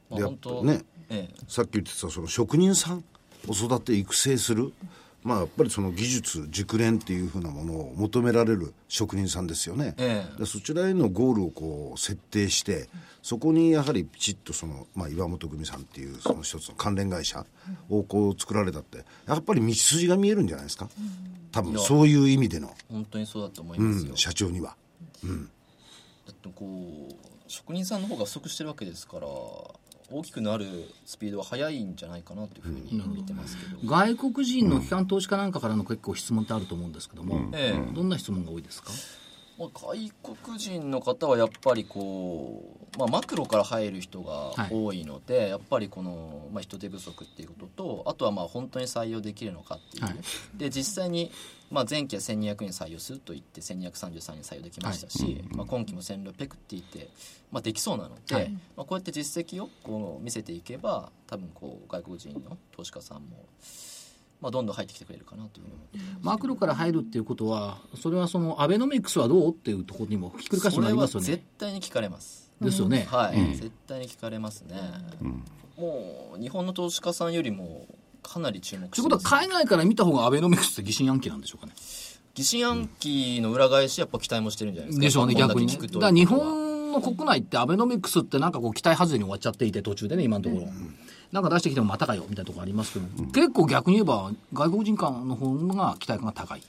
E: まあ
C: でや っ
E: 本
C: ぱ
E: 当
C: ね
E: ええ
C: さっき言ってたその職人さんを育て育成する、まあ、やっぱりその技術熟練っていうふうなものを求められる職人さんですよね、
E: ええ
C: でそちらへのゴールをこう設定してそこにやはりピチッとその、まあ、岩本組さんっていうその一つの関連会社をこう作られたってやっぱり道筋が見えるんじゃないですか多分そういう意味での、
E: 本当にそうだと思いうますよ、
C: ん、社長には。
E: だってこう職人さんの方が不足してるわけですから大きくなるスピードは速いんじゃないかなというふうに見てますけど、
A: 外国人の機関投資家なんかからの結構質問ってあると思うんですけども、
E: ええ
A: どんな質問が多いですか
E: まあ、外国人の方はやっぱりこう、まあ、マクロから入る人が多いので、やっぱりこの、まあ、人手不足っていうこととあとはまあ本当に採用できるのかっていう、
A: はい
E: で実際に、まあ、前期は1200人採用すると言って1233人採用できましたし、まあ、今期も1600って言って、まあ、できそうなので、
A: はい
E: まあ、こうやって実績をこう見せていけば多分こう外国人の投資家さんも、まあ、どんどん入ってきてくれるかなというふうに思って
A: マクロから入るっていうことは、それはそのアベノミクスはどうっていうところにもひっくり返して
E: そ
A: も
E: れ
A: なりま
E: は
A: すよね
E: 絶。対に聞かれます。
A: ですよね。
E: はい、絶対に聞かれますね、もう日本の投資家さんよりもかなり注目
A: とい
E: し
A: うこ
E: て
A: と
E: ま
A: は、
E: す
A: 海外から見た方がアベノミクスって疑心暗鬼なんでしょうかね。
E: 疑心暗鬼の裏返しやっぱ期待もしてるんじゃないですか
A: でしょうね、
E: こんだ
A: 逆
E: け
A: にね。
E: 聞くと
A: だから日本の国内ってアベノミクスってなんかこう期待外れに終わっちゃっていて、途中でね、今のところ。なんか出してきてもまたかよ、みたいなところありますけど、結構逆に言えば、外国人間の方が期待感が高い。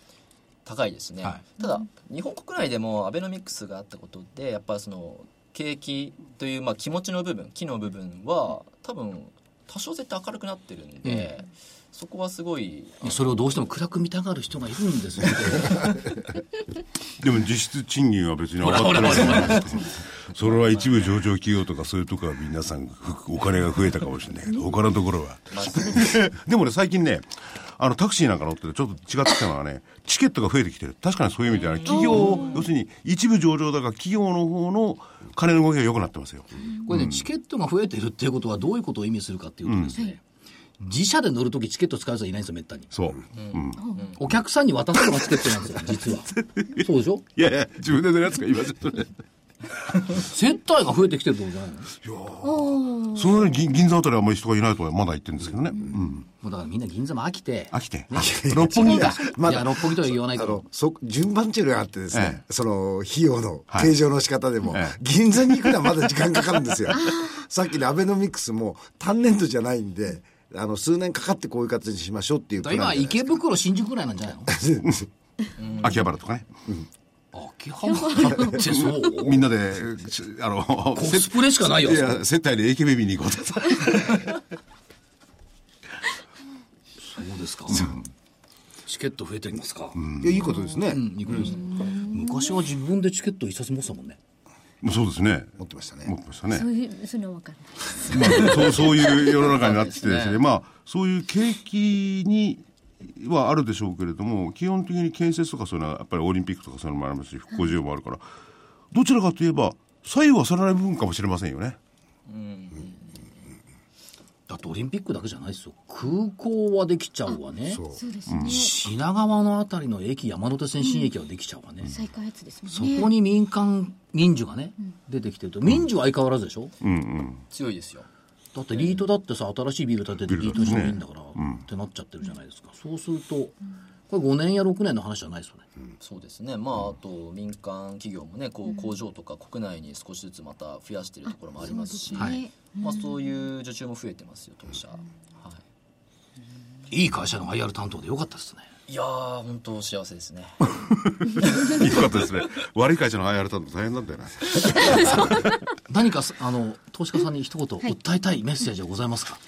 E: 高いですね、
A: は
E: ただ日本国内でもアベノミクスがあったことでやっぱその景気というまあ気持ちの部分気の部分は多分多少絶対明るくなってるんで、
A: え
E: そこはすごい
A: それをどうしても暗く見たがる人がいるん ですよ。
D: でも実質賃金は別に上がってないじゃないですか。 それは一部上場企業とかそういうとこは皆さんふお金が増えたかもしれないけど、他のところは。 でもね、最近ね、あのタクシーなんか乗っててちょっと違ってきたのはね、チケットが増えてきてる。確かにそういう意味では、企業、要するに一部上場だから企業の方の金の動きが良くなってますよ。
A: これね、チケットが増えてるっていうことはどういうことを意味するかっていうとですね、自社で乗るときチケット使う人はいないんですよ、めったに。
D: そう。
A: お客さんに渡すのがチケットなんですよ、実は。 そうでしょ
D: いやいや、自分で出るやつが今ちょっとね。
A: 接待が増えてきてるってことじゃないの
D: そのね、銀銀座あたりはあんまり人がいないとはまだ言ってるんですけどね。うん。
A: もうだからみんな銀座も飽きて、
D: 飽きて。六本木だ。
C: ま
A: いや、
C: だ
A: 六本木とは言わないけ
C: あ
A: ど
C: の、そ順番っていうのがあってですね、
D: え
C: その費用の
D: はい
C: 計上の仕方でも、
D: ええ
C: 銀座に行くのはまだ時間かかるんですよ。 さっきのアベノミクスも単年度じゃないんで、あの数年かかってこういう形にしましょうっていうプランじゃ
A: 今、
C: ないです
A: 池
C: か
A: 袋、新宿ぐらいなんじゃないの
D: 秋葉原とかね。
A: 秋葉原って そう
D: みんなで、しあの、コ
A: スプレしかないよ
D: いや、接待で AKB 見に行こうとさ。
A: そうですか。チケット増えてきますか。
C: いやいいことですね、
A: ニコライさん昔は自分でチケット一冊持ってたもんね。
D: もうそうですね。
C: 持ってましたね
D: 持ってましたね
B: そう。いうそういうのは分かんない
D: まあ、そう、そういう世の中になってきてで
E: そう
D: す
E: です
D: ね。
E: ね
D: まあ、そういう景気に、はあるでしょうけれども、基本的に建設とかそういうのは、やっぱりオリンピックとかそういうのもありますし、復興需要もあるから、どちらかといえば、左右はされない部分かもしれませんよね。
A: だってオリンピックだけじゃないですよ。空港はできちゃうわね。
B: そうですね、
A: 品川のあたりの駅、山手線新駅はできちゃうわね。
B: 再開発ですもん
A: そ
B: ね
A: こに民間民需がね、出てきてると。民需は相変わらずでしょ
E: 強いですよ
A: だってリートだってさ、新しいビル建ててリートしてもいいんだから、ってなっちゃってるじゃないですか。そうすると、これ5年や6年の話じゃないですよね。
E: そうですね、まあ、あと民間企業もねこう工場とか国内に少しずつまた増やしてるところもありますし、
A: はい
E: まあ、そういう受注も増えてますよ当社、はい
A: いい会社の IR 担当でよかったですね。
E: い、いやー本当幸せですね
D: よかったですね。悪い会社の IR 担当大変なんだよな。
A: 何かすあの投資家さんに一言訴えたいメッセージはございますか、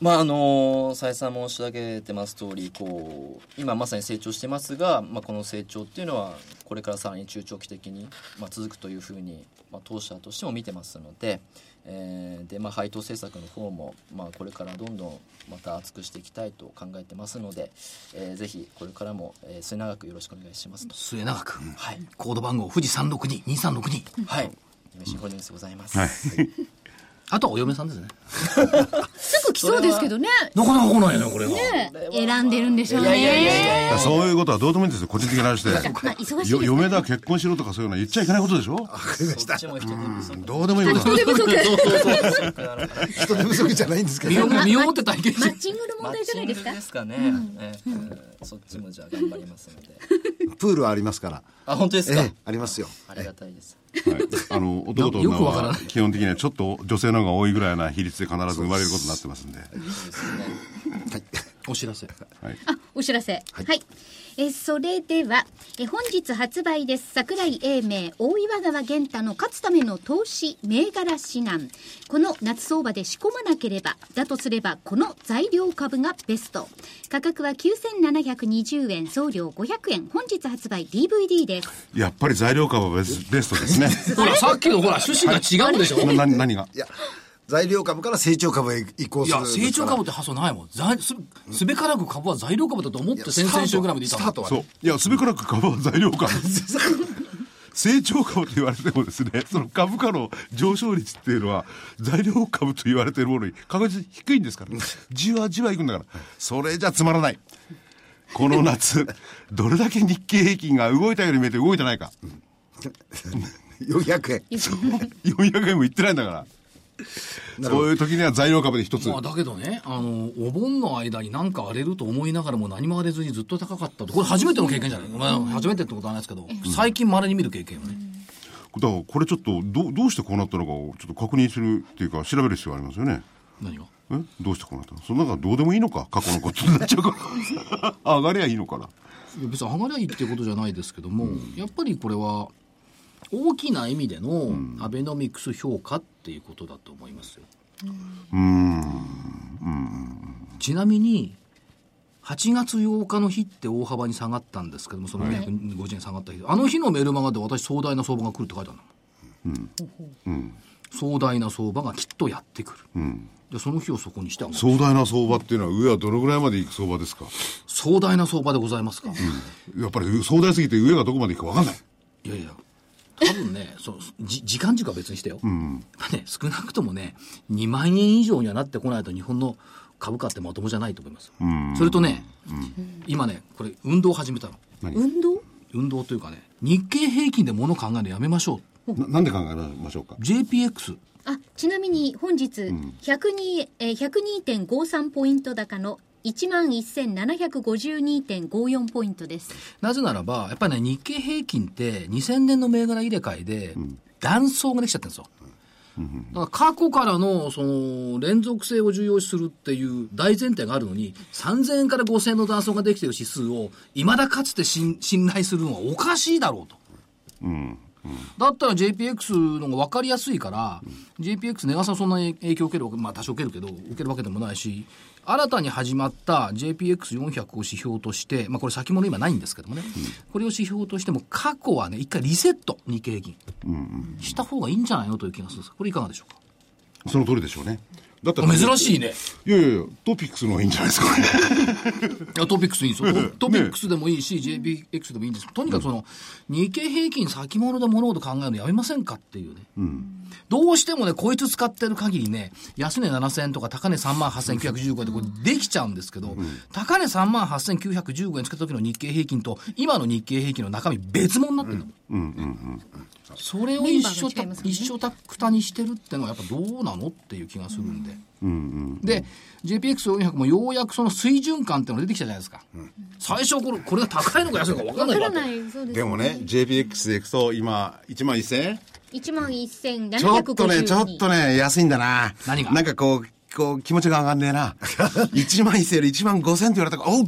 E: まああの再三申し上げてます通りこう今まさに成長してますが、まあ、この成長っていうのはこれからさらに中長期的に、まあ、続くというふうに、まあ、当社としても見てますので,、えーでまあ、配当政策の方も、まあ、これからどんどんまた厚くしていきたいと考えてますので、えーぜひこれからも、えー末永くよろしくお願いしますと、
A: 末永く、
E: はい、
A: コード番号富士三六二二三六二
E: はい、夢新ホールディングスございます、
D: はい。
A: あとはお嫁さんですね
B: すぐ聞きそうですけどね。
A: なかなか来ないよね、これは。
F: 選んでるんでしょう
E: いやいやい
F: ね。
E: やいや
D: そういうことはどうでもいいんですよ、個人的な話で。
B: まあ忙しいです
D: よ嫁だ、結婚しろとかそういうのは言っちゃいけないことでしょ
E: そっちも人手不足
D: どうでもいいこと なん
B: 人
D: で
B: 手不足。
E: そうそうそう人手不足なのかな
C: 人手不足じゃない んですけ
A: 身
C: ど
A: を身をもって体験し
B: マ
A: て
B: ッ。チングの問
E: マ
B: 題
E: ッ
B: じゃ
E: チ
B: な
E: ン
B: い
E: グ
B: ですか
E: で。すかね、ええそっちもじゃあ頑張りますので
C: プールはありますから
E: あ本当ですか、
C: ええありますよ
E: ありがたいです
D: すはいあの男と
A: よ
D: 女
A: くわから
D: は
A: ない
D: 基本的にはちょっと女性の方が多いぐらいな比率で必ず生まれることになって ますんで。
C: はい
A: お知らせ。
D: はい
B: あ、お知らせ。はい。え、それでは、え、本日発売です。桜井英明、大岩川源太の勝つための投資銘柄指南。この夏相場で仕込まなければ、だとすれば、この材料株がベスト。価格は9720円、送料500円。本日発売 DVD です。
D: やっぱり材料株はベスベストですね。
A: ほら、さっきのほら、趣旨が違うでしょ
D: なな何が
C: いや材料株から成長株へ移行
A: い
C: する
A: や、成長株って発想ないもん。ざす、すべからく株は材料株だと思って先々週ぐらいまでいた
C: ス
A: の
C: タートは
D: そう。いや、すべからく株は材料株。 成長株と言われてもですね、 その株価の上昇率っていうのは、材料株と言われてるものに確実に低いんですから、じわじわいくんだから、それじゃつまらない。この 夏、どれだけ日経平均が動いたように見えて動いてないか。
C: 400円
D: 400円もいってないんだから。そういう時には材料株で一つ。
A: まあ、だけどね、あの、お盆の間に何か荒れると思いながらも何も荒れずにずっと高かったと。これ初めての経験じゃない、まあ、初めてってことはないですけど、最近稀に見る経験よね。
D: だからこれちょっとど、どうしてこうなったのかをちょっと確認するっていうか、調べる必要ありますよね。
A: 何が
D: えどうしてこうなったのそんなのどうでもいいのか過去のことになっちゃうから 上がりゃいいのかな、
A: いや別に上がりゃいいっていうことじゃないですけども、やっぱりこれは大きな意味でのアベノミクス評価っていうことだと思いますよ。ちなみに8月8日の日って大幅に下がったんですけどもその250円下がった日、あの日のメルマガで私壮大な相場が来るって書いてあるの、壮大な相場がきっとやってくる、でその日をそこにして上がる
D: 壮大な相場っていうのは上はどのぐらいまで行く相場ですか
A: 壮大な相場でございますか、
D: やっぱり壮大すぎて上がどこまで行くか分かんない
A: いやいや、多分ね、 そうじ時間軸は別にしてよ、ま あね、少なくともね、2万円以上にはなってこないと、日本の株価ってまともじゃないと思います、それとね、今ね、これ、運動を始めたの、
B: 運動
A: 運動というかね、日経平均で物考えるのやめましょう、
D: ななんで考えましょうか
A: JPX、
B: あ、ちなみに本日、102、えー、102.53ポイント高の11,752.54ポイントです。
A: なぜならば、やっぱりね、日経平均って、2000年の銘柄入れ替えで、断層ができちゃってるんですよ。だから過去からのその連続性を重要視するっていう大前提があるのに、3000円から5000円の断層ができている指数を、いまだかつて信信頼するのはおかしいだろうと。だったら JPX の方が分かりやすいから、JPX 値がさそんなに影響を受けるわけ、まあ多少受けるけど、受けるわけでもないし、新たに始まった JPX400 を指標として、まあこれ先物今ないんですけどもね、これを指標としても過去はね、一回リセット、日経平均。した方がいいんじゃないのという気がするんですこれいかがでしょうか
D: その通りでしょうねだって
A: 珍しい
D: ね
A: ね。
D: いやいやいやトピックスの方がいいんじゃない ですかこ
A: いやトピックスいいんですよ。トトピックスでもいいし、JPX でもいいんです。とにかくその、日経平均先物で物事考えるのやめませんかっていうね。どうしてもね、こいつ使ってる限りね、安値7000円とか高値38,915円ってこれできちゃうんですけど、高値38,915円つけた時の日経平均と、今の日経平均の中身別物になってるの。それを一緒
B: メンバーが違
A: た、
B: いますもんね
A: 一緒たくたにしてるってのはやっぱどうなのっていう気がするんで。で、JPX400 もようやくその水準感っていうのが出てきたじゃないですか。最初これ、これが高いのか安いのか分かんないからって。
B: い、そうで
D: れでもね JPX でいくと今1万1000円
B: 11,752。
D: ちょっとねちょっとね安いんだな
A: 何が
D: なんかこうこう気持ちが上がんねえ な1万1000円より1万5000って言われたからおう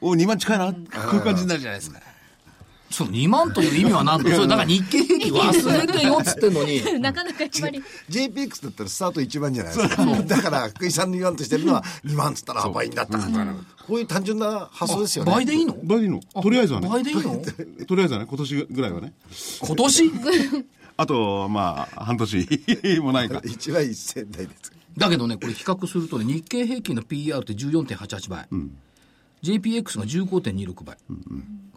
D: おう2万近いなこういう感じになるじゃないですか
A: その2万という意味は何だそれだから日経平均忘れてよっつってんのに。
B: なかなかやっぱり。
C: JPX だったらスタート1万じゃないですかだから福井さんの言わんとしてるのは2万っつったら倍になったこういう単純な発想ですよね
A: 倍でいいの
D: 倍でいいのとりあえずはね
A: 倍でいいの
D: とりあえずはね今年ぐらいはね
A: 今年
D: あとまあ半年もないか
C: 1万1000台です
A: だけどね、これ比較するとね、日経平均の PR って14.88倍。JPX が15.26倍。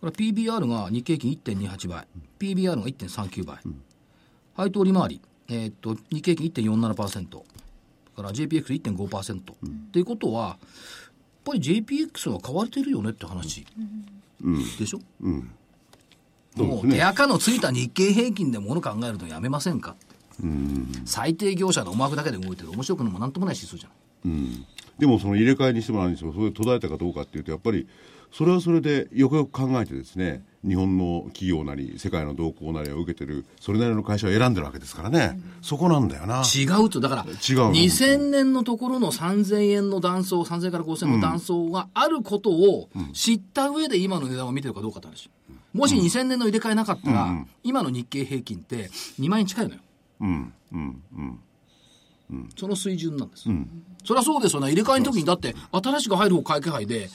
A: これ PBR が日経平均1.28倍。PBR が1.39倍。配当利回り、えーっと、日経平均1.47%。から JPX で1.5%、っていうことは、やっぱり JPX は買われてるよねって話、でしょ、
D: そう
A: も
D: です
A: う手
D: ね。
A: 垢のついた日経平均でもの考えるのやめませんかって最低業者の思惑だけで動いてる面白くもなんともない指数じゃん
D: うんでもその入れ替えにしても何にしてもそれで途絶えたかどうかっていうとやっぱりそれはそれでよくよく考えてですね日本の企業なり世界の動向なりを受けてるそれなりの会社を選んでるわけですからね、そこなんだよな
A: 違うと、だから、
D: 違うの
A: 2000年のところの3000円の断層、3000から5000の断層があることを知った上で今の値段を見てるかどうかって話。もし2000年の入れ替えなかったら、今の日経平均って2万円近いのよ。
D: うんうんうん
A: その水準なんです。そりゃそうですよね。入れ替えの時に、だって、新しく入る方買い気配で、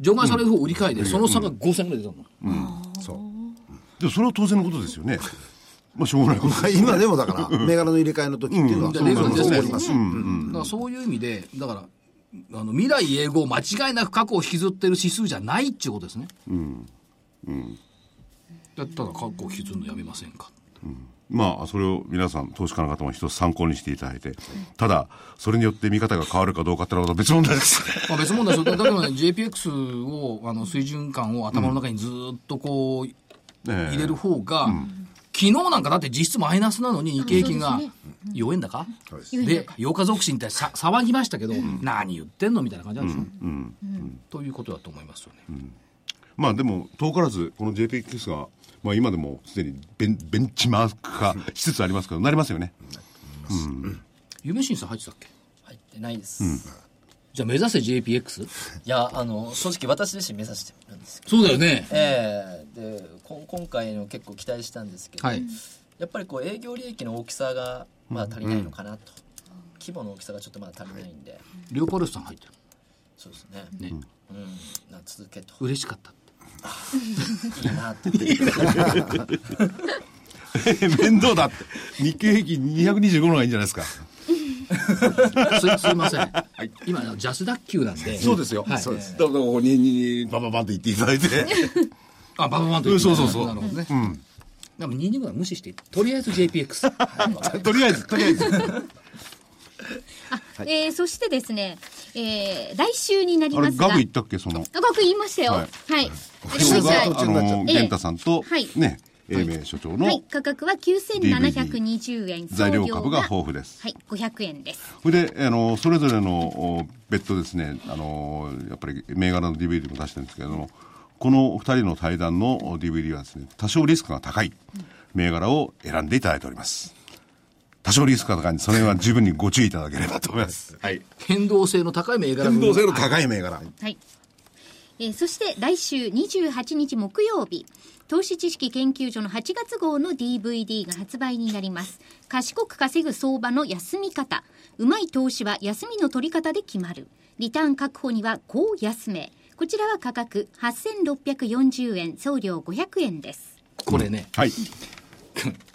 A: 除外される方売り買いで、その差が5000円ぐらい出たの。
D: でもそれは当然のことですよねまあしょうがないことです
C: 今でもだから、銘柄の入れ替えの時っていうのは、
A: で
C: そん
A: レ
C: な
A: ー
C: こ
A: ズン
C: と
A: で
C: が
A: す
C: 起
A: ね
C: こります。
A: だからそういう意味で、だから、あの未来永劫間違いなく過去を引きずってる指数じゃないっていうことですね。うん。うん。ただ過去を引きずるのやめませんか。
D: まあそれを皆さん投資家の方も一つ参考にしていただいてただそれによって見方が変わるかどうかってのはまた別問題です
A: まあ別問題ですよ。だけどね、JPX を、あの、水準感を頭の中にずーっとこう、
D: ね
A: 入れる方が、昨日なんかだって実質マイナスなのに日経平均が4円高で、8日続進ってさ騒ぎましたけど、何言ってんのみたいな感じなんですよ、ということだと思いますよね。
D: まあでも遠からずこの JPX が、まあ、今でもすでにベンベンチマーク化しつつありますけどなりますよね
A: 夢新さん入ってたっけ
E: 入ってないです、
A: じゃあ目指せ JPX?
E: いやあの正直私自身目指してるんですけど
A: そうだよね。
E: ええでこ今回の結構期待したんですけど、
A: はい。
E: やっぱりこう営業利益の大きさがまだ足りないのかなと、規模の大きさがちょっとまだ足りないんで、
A: レオパルスさん入ってる。
E: そうですね
A: ね
E: うん、な続けと
A: 嬉しかった。
E: いいなと
D: 面倒だって日経平均225の方がいいんじゃないですか
A: すすいません。今、ジャスダック級なんで。
D: そうですよ、
A: はい
D: そうですだからここにににバババンって言っていただいて
A: あ、バババンと言って
D: そうそうそう
A: なるほどね。うん。でも225は無視して、とりあえず JPX。
D: とりあえずとりあえず
B: えーそしてですね、えー来週になり
D: あれ
B: ますが
D: ガブ言ったっけその
B: あ僕言いましたよ。
D: は
B: はいい。
D: 今日
B: はい
D: があ
B: え
D: の
B: え
D: 源太さんと、
B: はい
D: ね英明所長の、
B: はい、価格は9720円。
D: 材料株が豊富です
B: はい、500円です。
D: それであのそれぞれのお別途ですねあのやっぱり銘柄の DVD も出してるんですけれどもこのお二人の対談のお DVD はですね多少リスクが高い銘柄を選んでいただいております多少リスクが高いんでその辺は十分にご注意いただければと思います はい
A: 変動性の高い銘柄
D: 変動性の
A: はい
D: 高い銘柄
B: はい。えーそして来週28日木曜日、投資知識研究所の8月号の DVD が発売になります。賢く稼ぐ相場の休み方。うまい投資は休みの取り方で決まる。リターン確保にはこう休め。こちらは価格8640円、送料500円です。
A: これね、
D: はい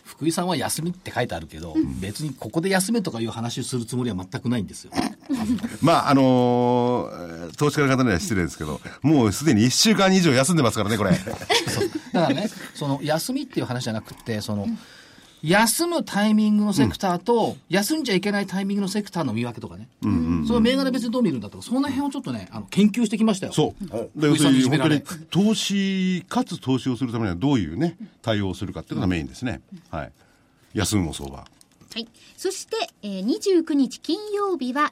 A: 福井さんは休みって書いてあるけど、別にここで休めとかいう話をするつもりは全くないんですよ。
D: まああのー投資家の方には失礼ですけどもうすでに1週間以上休んでますからねこれ
A: だからね、 その休みっていう話じゃなくて、その、休むタイミングのセクターと、休んじゃいけないタイミングのセクターの見分けとかね、その銘柄別にどう見るんだとか、その辺をちょっとね、あの研究してきましたよ。
D: そう。だから要
A: 上
D: す
A: さん
D: る
A: に
D: に
A: 決めら
D: 本当
A: れ
D: に投資、かつ投資をするためにはどういうね、対応をするかっていうのがメインですね。はい。休むも相場。
B: はい。そして、えー、29日金曜日は、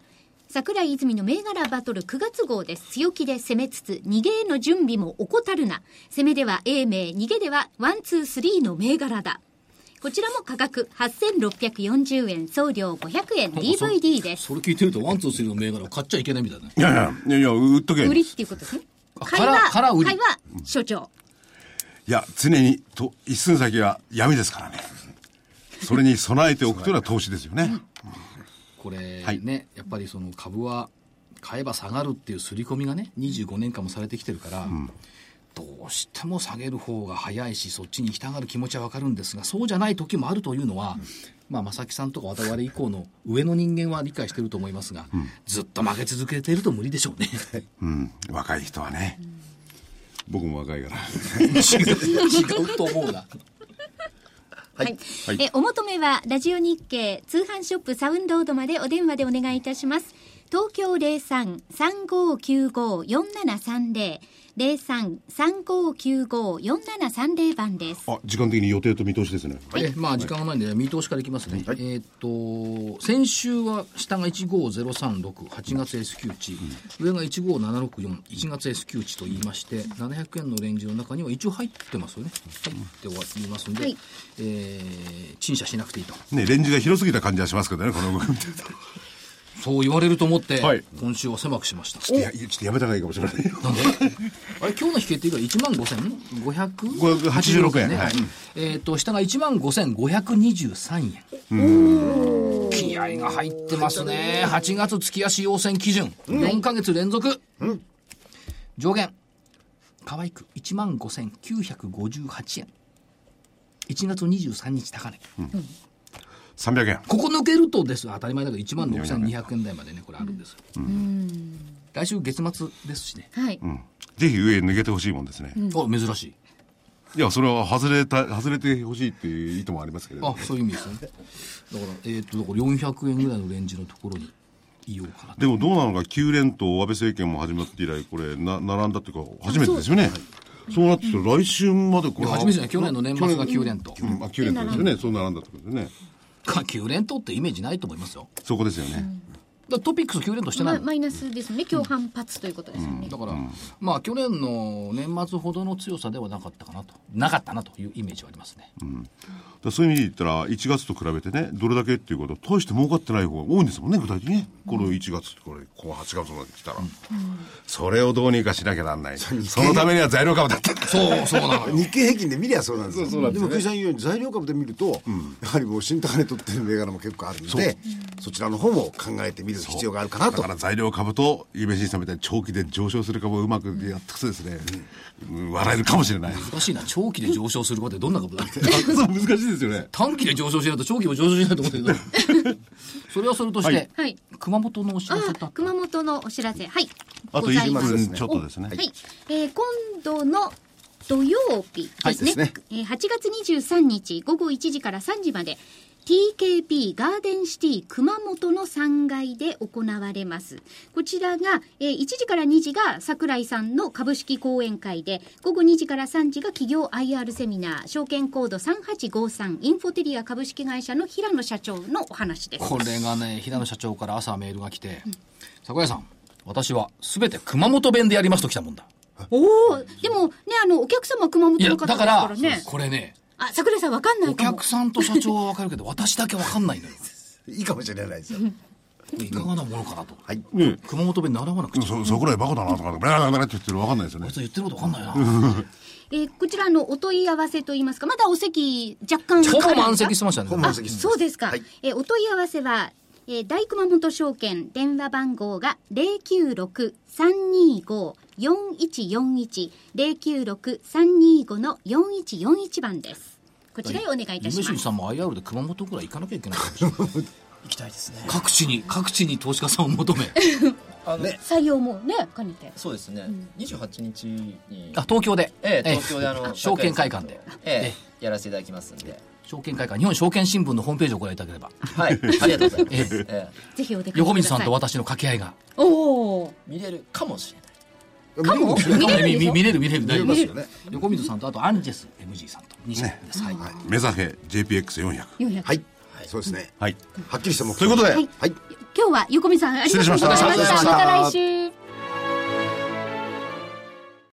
B: 桜井泉の銘柄バトル9月号です。強気で攻めつつ、逃げへの準備も怠るな。攻めでは英明、逃げではワン、ツー、スリーの銘柄だ。こちらも価格8640円、送料500円、DVD です。
A: それ聞いてると、ワン、ツー、スリーの銘柄を買っちゃいけないみたいなね。
D: いやいや、いやいや、売っとけ。
B: 売りっ
D: い
B: ていうことですね。
A: あ
B: 買い
A: からから
B: は、
A: 売り
B: 買いは、所長。
D: や、常に、と、一寸先は闇ですからね。それに備えておくというのは投資ですよね。
A: これね、
D: はい
A: やっぱりその株は買えば下がるっていう刷り込みがね25年間もされてきてるから、どうしても下げる方が早いしそっちに行きたがる気持ちはわかるんですがそうじゃない時もあるというのは、まあ、正木さんとか我々以降の上の人間は理解してると思いますが、ずっと負け続けていると無理でしょうね。
D: うん。若い人はね。僕も若いから。
A: 違うと思うな。
B: はい。え、お求めは、ラジオ日経通販ショップサウンロードまでお電話でお願いいたします。東京03-3595-4730、03-3595-4730番です。
D: あ、時間的に予定と見通しですね。
A: はい。まあ、時間はないんで、見通しからいきますね。はい、えっ、ー、と、先週は下が15036、8月 S q 値、うん、上が15764、1月 S q 値と言いまして、うん、700円のレンジの中には一応入ってますよね。入っておりますんで、はい、えー、陳謝しなくていいと。
D: ね、レンジが広すぎた感じはしますけどね、この動き見てると。
A: そう言われると思って、はい、今週は狭くしました。
D: ちょっとやちょっとやめた方がいいかもしれない。
A: なんで あれ、今日の引けっていうか、1万
D: 5586円。ね、はい、
A: えっ、ー、と、下が1万5523円。気合が入ってますね。8月月足要線基準。うん、4か月連続。うん、上限。可愛く1万5958円。1月23日高値。うん
D: 3 0円
A: ここ抜けるとです当たり前だけど1万6200円台までねこれあるんです、うん、来週月末ですしね、
B: はい、
D: うん、ぜひ上抜けてほしいもんですね、うん
A: あ珍しい
D: いやそれは外れた外れてほしいっていう意図もありますけど、
A: ね、あそういう意味ですねだからえー、っとだから400円ぐらいのレンジのところにいようかな
D: でもどうなのか9連投安倍政権も始まって以来これな並んだっていうか初めてですよねそうなってくと来週までこれ
A: 初めてじゃない去年の年末が9連投、
D: あ9連投ですよねそう並んだってことですね
A: か9連投ってイメージないと思いますよ
D: そこですよね、
A: うん、トピックス9連投してない、ま、
B: マイナスですね今日反発ということですよね、うん、
A: だから、うん、まあ去年の年末ほどの強さではなかったかなとなかったなというイメージはありますね、
D: そういう意味で言ったら1月と比べてねどれだけっていうこと大して儲かってない方が多いんですもんね具体的にねこの1月これこの8月まで来たら、それをどうにかしなきゃなんないそのためには材料株だった
A: そうそうなの
C: 日経平均で見りゃそうなんですよそうそうで、ね、も福井さん言うように材料株で見ると、やはりもう新高値取ってる銘柄も結構あるのでそちらの方も考えてみる必要があるかなと
D: だから材料株と有名人さんみたいに長期で上昇する株をうまくやってくとですね、うんうん、笑えるかもしれない
A: 難しいな長期で上昇することってどんなことだって
D: 難しいですよね
A: 短期で上昇しないと長期も上昇しないと思うんだけどそれはそれとして、
B: はい、
A: 熊本のお知らせと
B: 熊本のお知らせはい
D: あと1分ちょっとですね
B: はい、えー、今度の土曜日ですね,、はい、えー、8月23日午後1時から3時まで TKP ガーデンシティ熊本の3階で行われます。こちらが、えー、1時から2時が桜井さんの株式講演会で、午後2時から3時が企業 IR セミナー、証券コード3853インフォテリア株式会社の平野社長のお話です。
A: これがね、平野社長から朝メールが来て、うん、桜井さん、私はすべて熊本弁でやりますと来たもんだ。
B: おお、でもね、あの、お客様熊本の方ですからね。だから
A: これね、
B: あ、桜井さんわかんない
A: お客さんと社長はわかるけど、私だけわかんないのよ。
C: いいかもしれないですよ。
A: いかがなものかなと。
C: はい。
A: うん、熊本弁習わなくちゃ。そ、
D: 桜井バカだなとか、ブラブラブラって言ってるわかんないですよね。
A: あいつ言ってることわかんないな。
B: えー、こちらのお問い合わせといいますか、まだお席若干
A: ほぼ満席してましたね。
C: 満席
B: そうですか。はい、えー、お問い合わせは、えー、大熊本証券電話番号が096-325-4141、096-325の4141番です。こちらへお願いいたします。
A: 夢さんも IR で熊本くらい行かなきゃいけない
E: 行きたいで すね。
A: 各地に、各地に投資家さんを求め。
B: あの、ね、採用もね兼ねて
E: そうですね、うん、28日に
A: あ東京で、
E: ええ、東京であの
A: 証券会館で、
E: ええ、やらせていただきますんで
A: 証券会館日本証券新聞のホームページをご覧いただければ
E: はいありがとうございます、え
B: え、ぜひお出かけ
A: 横水さんと私の掛け合いが
B: おお
E: 見れるかもしれない
B: かも見れる
A: 見れる見れる大丈夫ですよね横水さんとあとアンジェス MG さんと2社です、ね、はい、はい、
D: 目指せ JPX400
B: 400、
C: はい、はい、そうですね
D: はい
C: はっきりしたも
D: ということで、はい
B: 今日は横見さんありがとうございましたまた来週